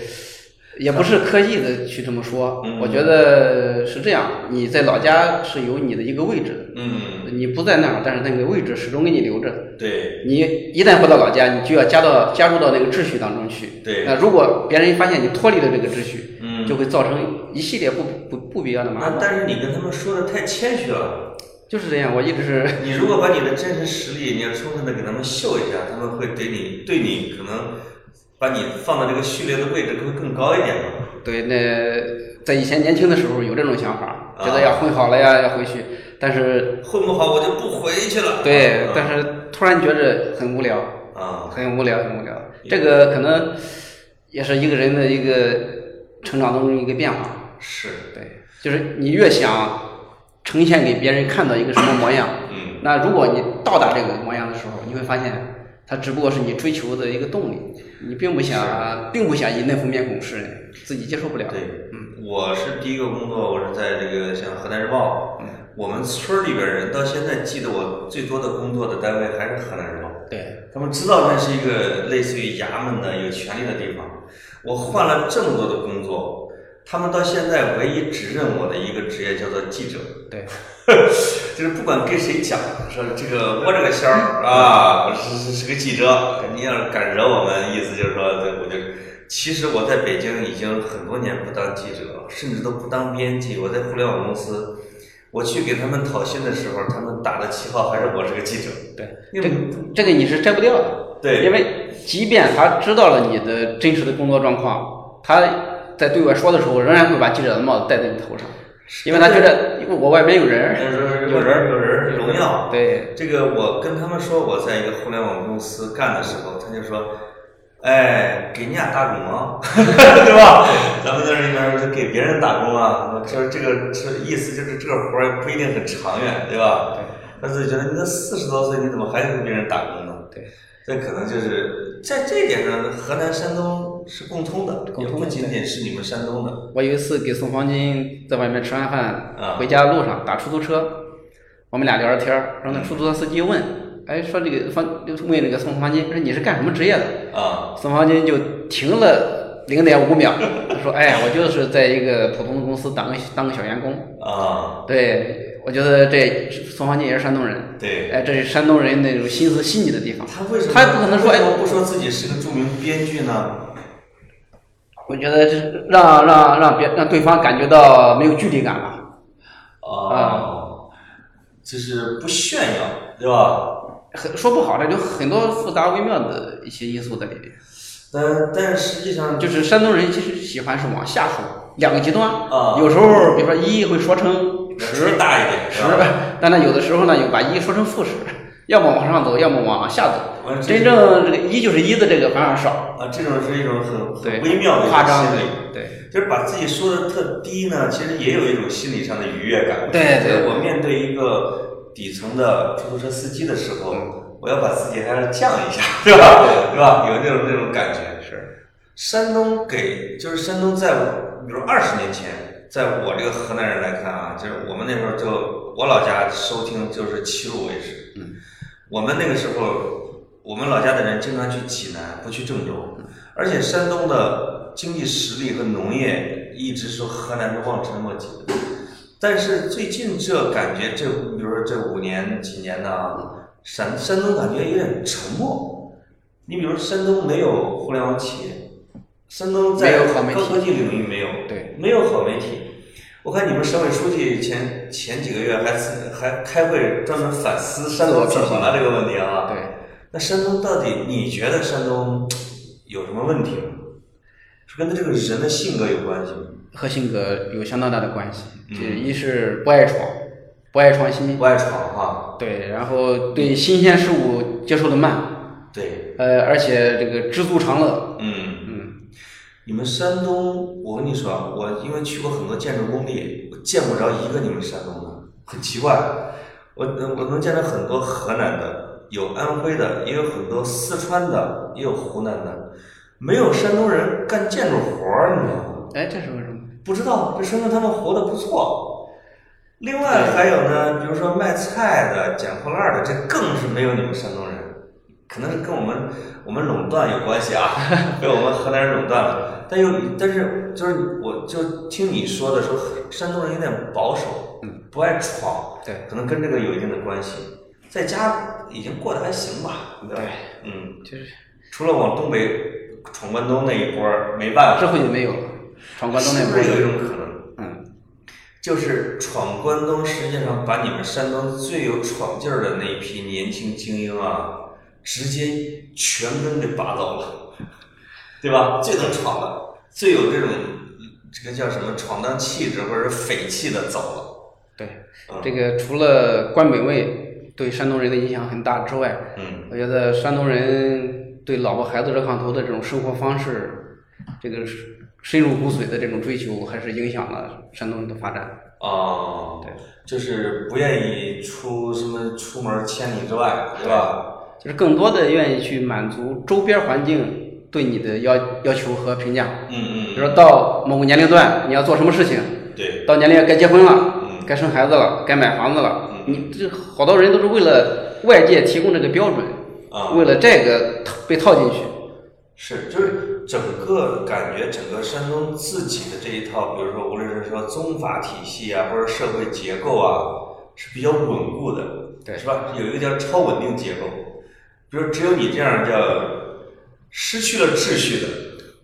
也不是刻意的去这么说，
嗯
我觉得是这样，你在老家是有你的一个位置
嗯，
的，你不在那儿，但是那个位置始终给你留着。
对，
你一旦回到老家，你就要加到加入到那个秩序当中去。
对
那如果别人发现你脱离了这个秩序，
嗯
就会造成一系列不不不必要的麻
那
烦。
但是你跟他们说的太谦虚了，
就是这样，我一直是
你如果把你的真实实力，你要充分的给他们秀一下，他们会对你对你可能把你放到这个序列的位置会更高一点吧。
对，那在以前年轻的时候有这种想法，
啊
觉得要混好了呀，要回去。但是，
混不好我就不回去了。
对
啊，
但是突然觉着很无聊，
啊，
很无聊，很无聊。这个可能也是一个人的一个成长当中一个变化。
是，
对，就是你越想呈现给别人看到一个什么模样，
嗯，
那如果你到达这个模样的时候，你会发现。它只不过是你追求的一个动力，你并不想，并不想以那副面孔示人，自己接受不了。嗯
对，我是第一个工作，我是在这个像河南日报，
嗯
我们村儿里边人到现在记得我最多的工作的单位还是河南日报。
对，
他们知道那是一个类似于衙门的一个权力的地方。我换了这么多的工作，他们到现在唯一指认我的一个职业叫做记者，
对，
就是不管跟谁讲，说这个我这个仙儿啊是是是个记者，你要是敢惹我们，意思就是说，对我就。其实我在北京已经很多年不当记者了，甚至都不当编辑。我在互联网公司，我去给他们讨薪的时候，他们打的旗号还是我是个记者。
对，
因
这
为
个这个你是摘不掉的。
对
因为即便他知道了你的真实的工作状况，他在对外说的时候，仍然会把记者的帽子戴在你头上，因为他觉得因为我外面有人儿，
有人儿有人儿荣耀。
对
这个我跟他们说我在一个互联网公司干的时候，他就说，哎，给你俩打工啊， 对吧？ 咱们那儿一边就给别人打工啊，就是这个这意思就是这个活儿不一定很长远，对吧？他自己觉得你都四十多岁，你怎么还给别人打工呢？
对，
这可能就是在这一点上，河南、山东是共通的，
共
也
通
不
的
仅仅是你们山东的。
我有一次给宋方金在外面吃完饭，
啊
回家路上打出租车，我们俩聊着天儿，然后
嗯
那出租车司机问，哎，说这个方问那个宋方金说你是干什么职业的？
啊，
宋方金就停了零点 五秒，他说：“哎，我就是在一个普通的公司当个当个小员工。
啊，”
对，我觉得这宋方金也是山东人，
对，
哎，这是山东人那种心思细腻的地方。
他为什么
他不可能说
为什么
哎
不说自己是个著名编剧呢？
我觉得这是让让让别让对方感觉到没有距离感了。啊
哦，就是不炫耀，对吧？
很说不好，这就很多复杂微妙的一些因素在里面。
但但实际上
就是山东人其实喜欢是往下说，两个极端。
啊
有时候比如说一会说成十，
吹大一点，
十
是吧？，
但它有的时候呢，又把一说成负十，要么往上走，要么往下走
嗯。
真正这个一就是一的这个反而少，
啊，这种是一种很
对，
很微妙的一
夸
种
张
心
的
理，，
对
就是把自己说的特低呢，其实也有一种心理上的愉悦感。
对对
就是我面对一个底层的出租车司机的时候，我要把自己还要降一下， 对吧？对吧？有那种那种感觉。
是，
山东给就是山东在我，比如二十年前，在我这个河南人来看啊，就是我们那时候就我老家收听就是齐鲁卫视，
嗯，
我们那个时候我们老家的人经常去济南，不去郑州，而且山东的经济实力和农业一直说河南是望尘莫及的，但是最近这感觉这比如说这五年几年呢、山山东感觉有点沉默。你比如山东没有互联网企业，山东在
没有好媒体
高科技领域没有，
对，
没有好媒体。我看你们省委书记前前几个月还自还开会专门反思山东怎么了这个问题啊。
对。
那山东到底你觉得山东有什么问题吗？是跟他这个人的性格有关系吗？
和性格有相当大的关系。
嗯
这一是不爱闯，不爱创新
不，爱闯哈、
对，然后对新鲜事物接受的慢，
对，
呃，而且这个知足常乐，
嗯。
嗯，
你们山东，我跟你说，啊，我因为去过很多建筑工地，我见不着一个你们山东的，很奇怪。我我能见到很多河南的，有安徽的，也有很多四川的，也有湖南的，没有山东人干建筑活儿，你知道吗？
哎，这是为什么？
不知道，这说明他们活得不错。另外还有呢，比如说卖菜的、捡破烂的，这更是没有你们山东人。可能跟我们我们垄断有关系啊， 被我们河南人垄断了。但又但是就是我就听你说的时候，山东人有点保守，不爱闯，
对，
可能跟这个有一定的关系。在家已经过得还行吧，对吧？嗯，
就是
除了往东北闯关东那一波儿没办
这
法，
回就没有了，闯关东那
是不
边
是有一
儿，
种可能？
嗯，
就是闯关东，实际上把你们山东最有闯劲儿的那一批年轻精英啊，直接全跟给拔走了， 对吧？最能闯的，最有这种这个叫什么闯荡气质或者是匪气的走
对，
了。嗯、
这个除了关本位对山东人的影响很大之外，
嗯，
我觉得山东人对老婆孩子热炕头的这种生活方式，这个是深入骨髓的这种追求，还是影响了山东人的发展。
哦、
对，
就是不愿意出什么出门千里之外，对吧？
就是更多的愿意去满足周边环境对你的要要求和评价。比
嗯
如说到某个年龄段，你要做什么事情，
嗯，对，
到年龄该结婚了，
嗯
该生孩子了，该买房子了
嗯，
你这好多人都是为了外界提供这个标准，
啊、
为了这个套被套进去。
是，就是整个感觉，整个山东自己的这一套，比如说无论是说宗法体系啊，或者社会结构啊，是比较稳固的，
对
是吧？有一个叫超稳定结构，比如只有你这样叫失去了秩序的，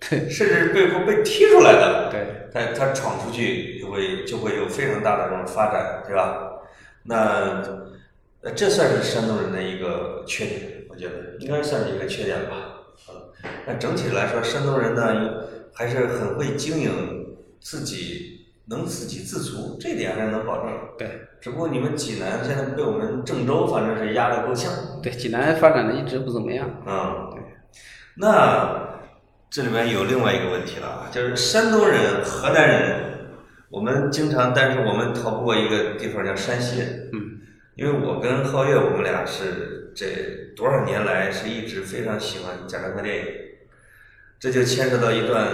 对
甚至被迫被踢出来的，
对，
但他闯出去就会就会有非常大的这种发展，对吧？那呃这算是山东人的一个缺点，我觉得应该算是一个缺点吧。嗯，但整体来说，山东人呢还是很会经营自己，能自给自足，这点还是能保证。
对
只不过你们济南现在被我们郑州反正是压得够呛。
对，济南发展的一直不怎么样。
嗯，那这里面有另外一个问题了啊，就是山东人、河南人，我们经常，但是我们逃不过一个地方叫山西人。
嗯，
因为我跟皓月，我们俩是这多少年来是一直非常喜欢贾樟柯电影，这就牵扯到一段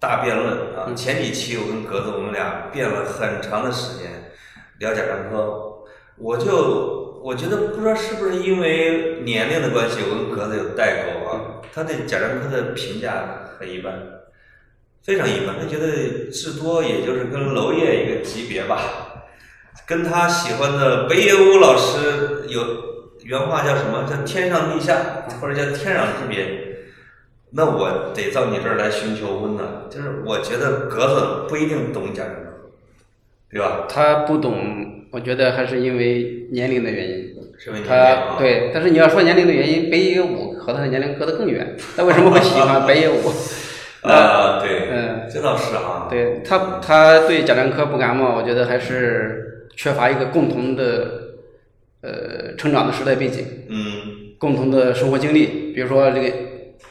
大辩论啊。前几期我跟格子我们俩辩了很长的时间，聊贾樟柯，我就我觉得不知道是不是因为年龄的关系，我跟格子有代沟啊，他对贾樟柯的评价很一般。非常一般，他觉得至多也就是跟娄烨一个级别吧，跟他喜欢的北野武老师有原话叫什么？叫天上地下，或者叫天壤之别。那我得到你这儿来寻求温暖，就是我觉得格子不一定懂贾樟柯，对吧？
他不懂，我觉得还是因为年龄的原因。
是为你
他
啊，
对，但是你要说年龄的原因，北野武和他的年龄隔得更远。他为什么会喜欢北野武？
啊，对，
嗯，
这倒是啊，
对他，他对贾樟柯不感冒，我觉得还是缺乏一个共同的呃成长的时代背景。
嗯，
共同的生活经历，比如说这个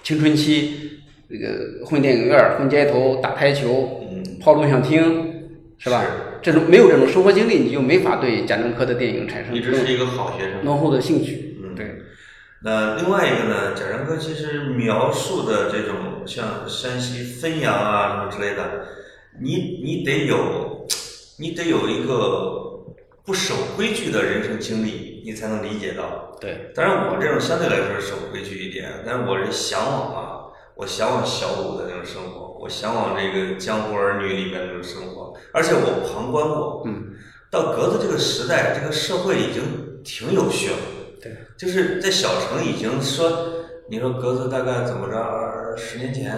青春期，这个混电影院儿、混街头、打台球、
嗯
泡录像厅，是吧？这种没有这种生活经历，你就没法对贾樟柯的电影产生
一直是一个好学生。
浓厚的兴趣。
嗯
对，
那另外一个呢，贾樟柯其实描述的这种像山西汾阳啊什么之类的，你你得有，你得有一个不守规矩的人生经历，你才能理解到。
对，
当然，我这种相对来说是守规矩一点，但是我是向往啊，我向往小五的那种生活，我向往这个《江湖儿女》里面那种生活，而且我旁观过，
嗯，
到格子这个时代，这个社会已经挺有序了。
对，
就是在小城已经说，你说格子大概怎么着？二十年前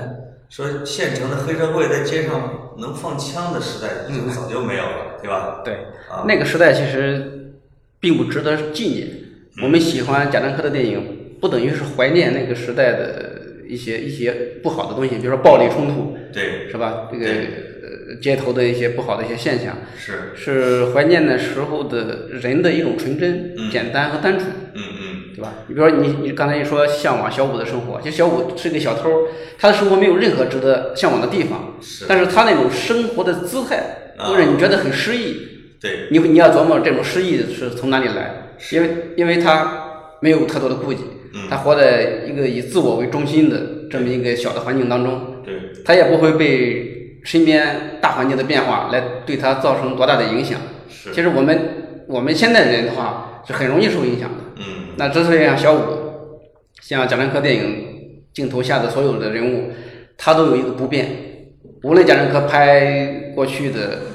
说县城的黑社会在街上能放枪的时代，已经早就没有了，对吧？
对，
啊，
那个时代其实并不值得纪念。
嗯
我们喜欢贾樟柯的电影，不等于是怀念那个时代的一些一些不好的东西，比如说暴力冲突，
对，
是吧？这个
对
呃街头的一些不好的一些现象。
是，
是怀念那时候的人的一种纯真、
嗯
简单和单纯，
嗯嗯，
对吧？你比如说你你刚才一说向往小五的生活，其实小五是个小偷，他的生活没有任何值得向往的地方，
是
但是他那种生活的姿态，
啊
会让你觉得很诗意。
对，
你你要琢磨这种诗意是从哪里来，
是
因为因为他没有太多的顾忌，
嗯
他活在一个以自我为中心的这么一个小的环境当中，
对，
他也不会被身边大环境的变化来对他造成多大的影响。
是
其实我们我们现代人的话是很容易受影响的。
嗯
那之所以让小五像贾樟柯电影镜头下的所有的人物，他都有一个不变，无论贾樟柯拍过去的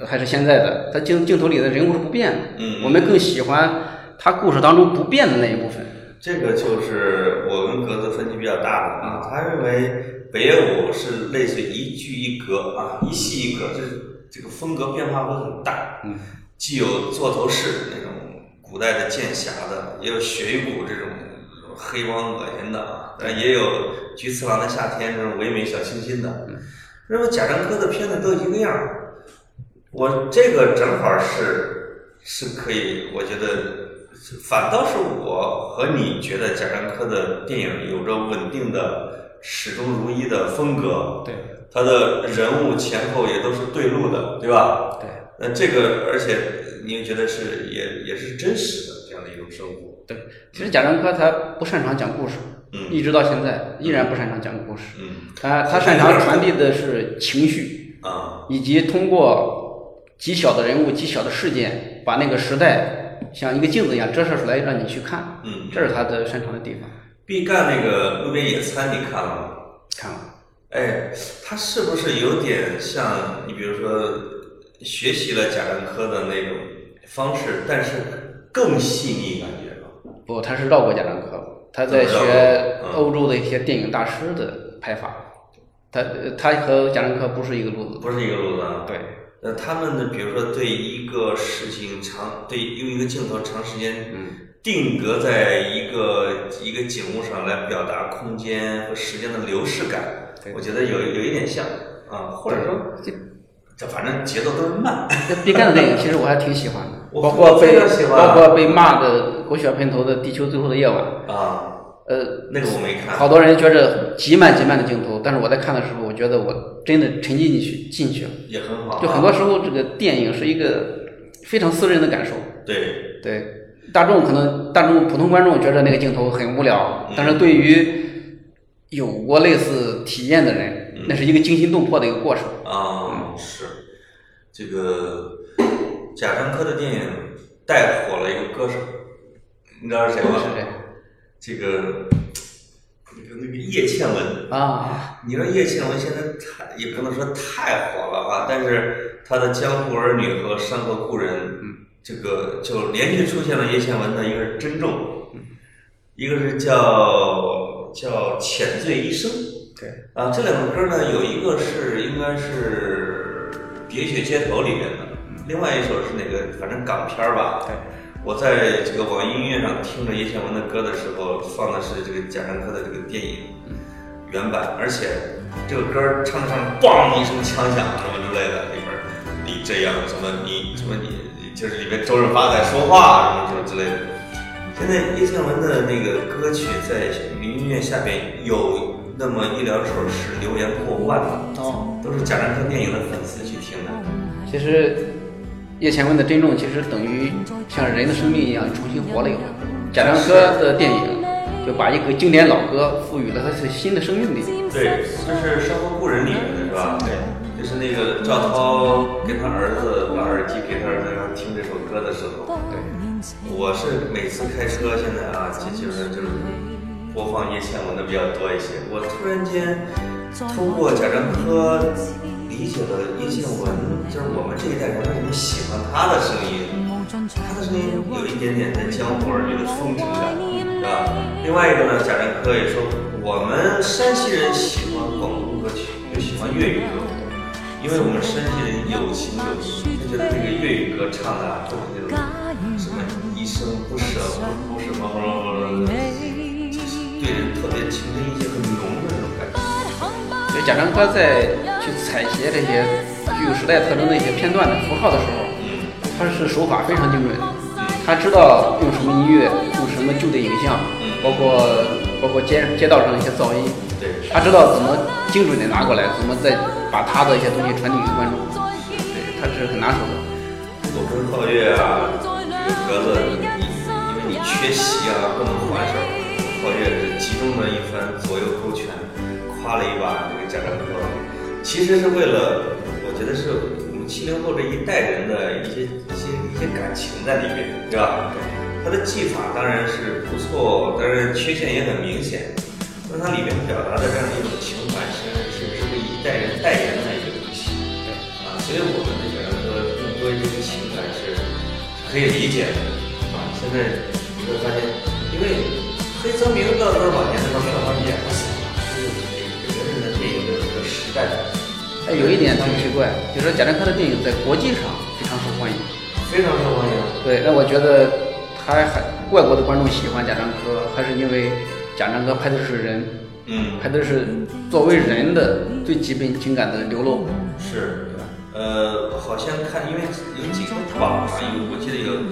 呃还是现在的，他镜镜头里的人物是不变的。
嗯
我们更喜欢他故事当中不变的那一部分。
这个就是我跟格子分歧比较大的啊，他认为北野武是类似于一句一格啊，一戏一格，就是这个风格变化会很大，
嗯，
既有座头市那种古代的剑侠的，也有雪谷这种黑帮恶心的啊，但也有菊次郎的夏天这种唯美小清新的，那么贾樟柯的片子都一个样儿，我这个正好是是可以，我觉得反倒是我和你觉得贾樟柯的电影有着稳定的、始终如一的风格，
对
他的人物前后也都是对路的，对吧？
对
那这个，而且你也觉得是也也是真实的这样的一种生活，
对，其实贾樟柯他不擅长讲故事，
嗯
一直到现在依然不擅长讲故事。
嗯
他他擅长传递的是情绪，
啊，
以及通过极小的人物、极小的事件，把那个时代像一个镜子一样折射出来，让你去看。
嗯
这是他的擅长的地方。
毕赣那个《路边野餐》你看了吗？
看了，
哎，他是不是有点像你，比如说学习了贾樟柯的那种方式，但是更细腻感觉了？
不，他是绕过贾樟柯，他在
绕过
学
嗯
欧洲的一些电影大师的拍法。他他和贾樟柯不是一个路子。
不是一个路子啊。
对，
那他们呢？比如说对一个事情长，对用一个镜头长时间
嗯，
定格在一个一个景物上来表达空间和时间的流逝感
对，
我觉得有有一点像啊，或者说
这
这反正节奏都是慢。
这毕赣的电影其实我还挺喜欢的，
我
包括被
我非常喜欢
包括被骂的狗血喷头的《地球最后的夜晚》，
啊，
呃，
那个我没看。
好多人觉着极慢极慢的镜头，但是我在看的时候，我觉得我真的沉浸进去进去了。
也很好啊，
就很多时候，这个电影是一个非常私人的感受。
对，
对，大众可能大众普通观众觉得那个镜头很无聊
嗯，
但是对于有过类似体验的人，那是一个惊心动魄的一个过程。嗯
啊，是这个贾樟柯的电影带火了一个歌手，你知道是谁吗？
是这样
这个那个那个叶倩文，
啊，
你说叶倩文现在太也不能说太火了吧，但是她的《江湖儿女》和《山河故人》，这个就连续出现了叶倩文的一个是《珍重》，一个是叫叫《浅醉一生》。
对，
啊，这两个歌呢，有一个是应该是《喋血街头》里面的，另外一首是哪个？反正港片儿吧。
对。
我在这个网易音乐上听着叶倩文的歌的时候，放的是这个贾樟柯的这个电影原版，而且这个歌儿唱着唱着，咣一声枪响，什么之类的，里边儿你这样什么你什么你，就是里面周润发在说话什么什么之类的。现在叶倩文的那个歌曲在音乐下边有那么一两首是流言破万的，
哦。
都是贾樟柯电影的粉丝去听的。
其实叶倩文的《珍重》其实等于像人的生命一样重新活了一回。贾樟柯的电影就把一个经典老歌赋予了它是新的生命力。
对，这是《生活故人》里面的是吧？对，就是那个赵涛跟他儿子把耳机给他儿子让他听这首歌的时候，
对，
我是每次开车现在啊，基基本上就是播放叶倩文的比较多一些。我突然间通过贾樟柯理解了叶倩文，就是我们这一代人为什么喜欢她的声音。他的声音有一点点在江湖儿女的风情感，对吧？另外一个呢，贾樟柯也说，我们山西人喜欢广东歌曲，又喜欢粤语歌，因为我们山西人有情有义，他觉得那个粤语歌唱的啊，都是那种什么一生不舍，不是什么什么什么，对人特别情深意切很浓的那种感觉。
所以贾樟柯在去采撷这些具有时代特征的一些片段的符号的时候，他是手法非常精准的。他知道用什么音乐，用什么旧的影像，包括包括街街道上的一些噪音，
对
他知道怎么精准的拿过来，怎么再把他的一些东西传递给观众。对，他是很拿手的。
我跟皓月啊，这个格子，你因为你缺席啊，不能还手。皓月是集中的一番左右勾拳，夸了一把这个贾樟柯，其实是为了，我觉得是我们七零后这一代人的一些一些一些感情在里面，对吧？它的技法当然是不错，但是缺陷也很明显。那它里面表达的这样一种情怀，甚至是是为一代人代言的一个东西啊。所以我们那边来说，更多这个情感是可以理解的啊。现在你会发现，因为黑泽明到多少年的时候票房也不小了，就是整个人的电影的这个时代
哎，有一点很奇怪，就是说贾樟柯的电影在国际上非常受欢迎。
非常受欢迎。
对，那我觉得他还外国的观众喜欢贾樟柯，还是因为贾樟柯拍的是人，
嗯，
拍的是作为人的最基本情感的流露。
是，呃，好像看，因为有几个榜上有，我记得有，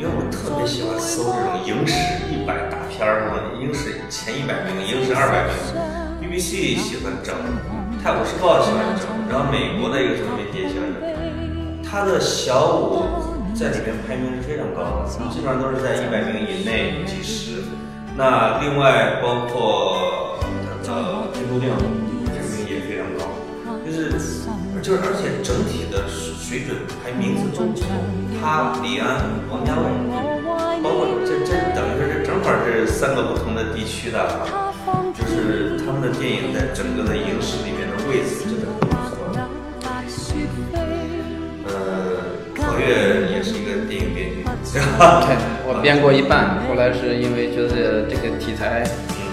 因为我特别喜欢搜这种影史一百大片儿嘛，影史前一百名、影史二百名，BBC 喜欢整，泰晤士报喜欢整，然后美国的一个什么媒体也喜欢整，他的小五在里面排名是非常高的，基本上都是在一百名以内几十。那另外包括呃《天注定》，排名也非常高。就是就是，而且整体的水准排名次中，他、李安、王家卫，包括这这等于是正好是三个不同的地区的啊，就是他们的电影在整个的影史里面的位置真的很不错。呃，何月也是一个电影编剧，对吧？
对，我编过一半，后来是因为觉得这个题材
嗯，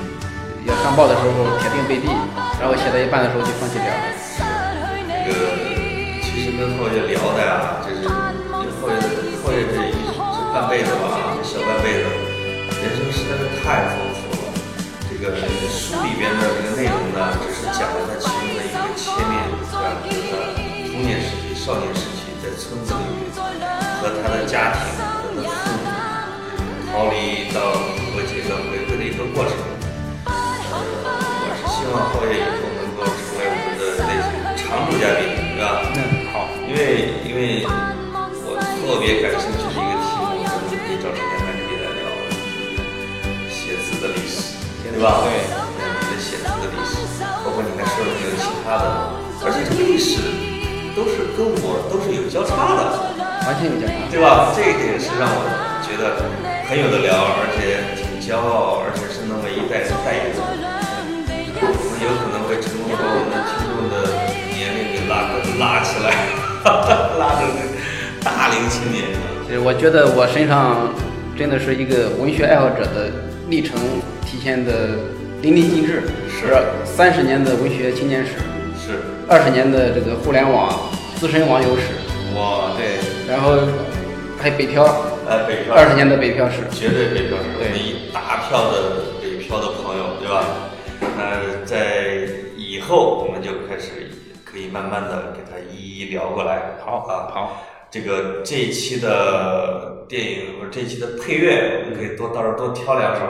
要上报的时候铁定被毙，然后写到一半的时候就放弃掉了。
这个其实跟后月聊的啊，就是因为后月后月这一半辈子吧，小半辈子，人生实在是太丰富了。这个书里边的这个内容呢，只是讲了他其中的一个切面，对吧？就是他童年时期、少年时期在村子里和他的家庭、和他的父母逃离到和解到回归的一个过程。呃，我是希望后月以后能够成为我们的类似常驻嘉宾，对吧？
嗯，好，
因为因为我特别感兴趣的一个题目，咱们可以找陈天来给来聊写字的历史，对吧？
对
嗯，你的写字的历史，包括你还说了没有其他的，而且这个历史都是跟我都是有交叉的。
完全有检查。
对吧？这一点是让我觉得很有的聊，而且挺骄傲，而且是能为一代人代言的。我们有可能会成功把我们的听众的年龄给拉拉起来，拉成大龄青年。
其实我觉得我身上真的是一个文学爱好者的历程体现的淋漓尽致，
是
三十年的文学青年史，
是，
二十年的这个互联网资深网友史，
哇，对，
然后还有北漂
呃，北漂
二十年的北漂史。
绝对北漂，我
对
们一大票的北漂的朋友，对吧？那在以后我们就开始可以慢慢的给他一一聊过来。
好
啊，
好，
这个这一期的电影，不是这一期的配乐，我们可以多到时候多挑两首，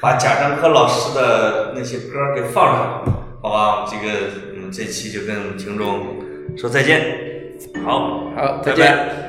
把贾樟柯老师的那些歌儿给放上，好吧？这个，嗯，这期就跟听众说再见。好，
好再
拜
见
拜